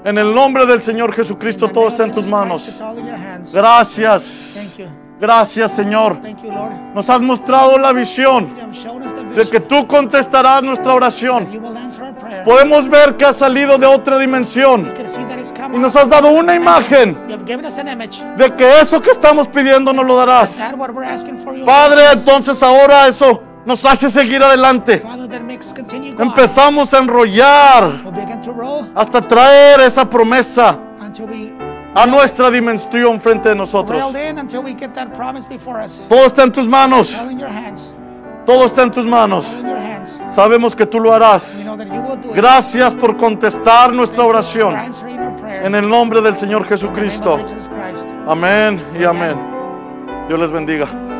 Speaker 1: En el nombre del Señor Jesucristo,
Speaker 2: In the
Speaker 1: todo
Speaker 2: name
Speaker 1: está
Speaker 2: of
Speaker 1: en tus
Speaker 2: Jesus Christ,
Speaker 1: manos.
Speaker 2: it's all in your hands. Thank
Speaker 1: Gracias.
Speaker 2: you.
Speaker 1: Gracias, Señor.
Speaker 2: Thank you, Lord.
Speaker 1: Nos has mostrado la visión
Speaker 2: You have shown us the
Speaker 1: de que
Speaker 2: vision.
Speaker 1: tú contestarás nuestra oración.
Speaker 2: You will answer our prayer.
Speaker 1: Podemos ver que has salido de otra dimensión
Speaker 2: We can see that it's
Speaker 1: y
Speaker 2: coming.
Speaker 1: nos has dado una imagen
Speaker 2: You have given us an image.
Speaker 1: de que eso que estamos pidiendo nos lo darás.
Speaker 2: That what we're asking for you.
Speaker 1: Padre, entonces ahora eso nos hace seguir adelante.
Speaker 2: Father, that makes us continue going.
Speaker 1: Empezamos a enrollar
Speaker 2: We'll begin to roll
Speaker 1: hasta traer esa promesa
Speaker 2: until we
Speaker 1: a nuestra dimensión frente de nosotros.
Speaker 2: railed in until we get that promise before us.
Speaker 1: Todo está en tus manos,
Speaker 2: All in your hands.
Speaker 1: todo está en tus
Speaker 2: All
Speaker 1: manos.
Speaker 2: in your hands.
Speaker 1: Sabemos que tú lo harás.
Speaker 2: We know that you will do it.
Speaker 1: Gracias por contestar nuestra
Speaker 2: Thank you for
Speaker 1: oración
Speaker 2: answering our prayer.
Speaker 1: en el nombre del Señor
Speaker 2: In the name of
Speaker 1: Jesucristo.
Speaker 2: Jesus Christ.
Speaker 1: Amén y amén. Dios les bendiga.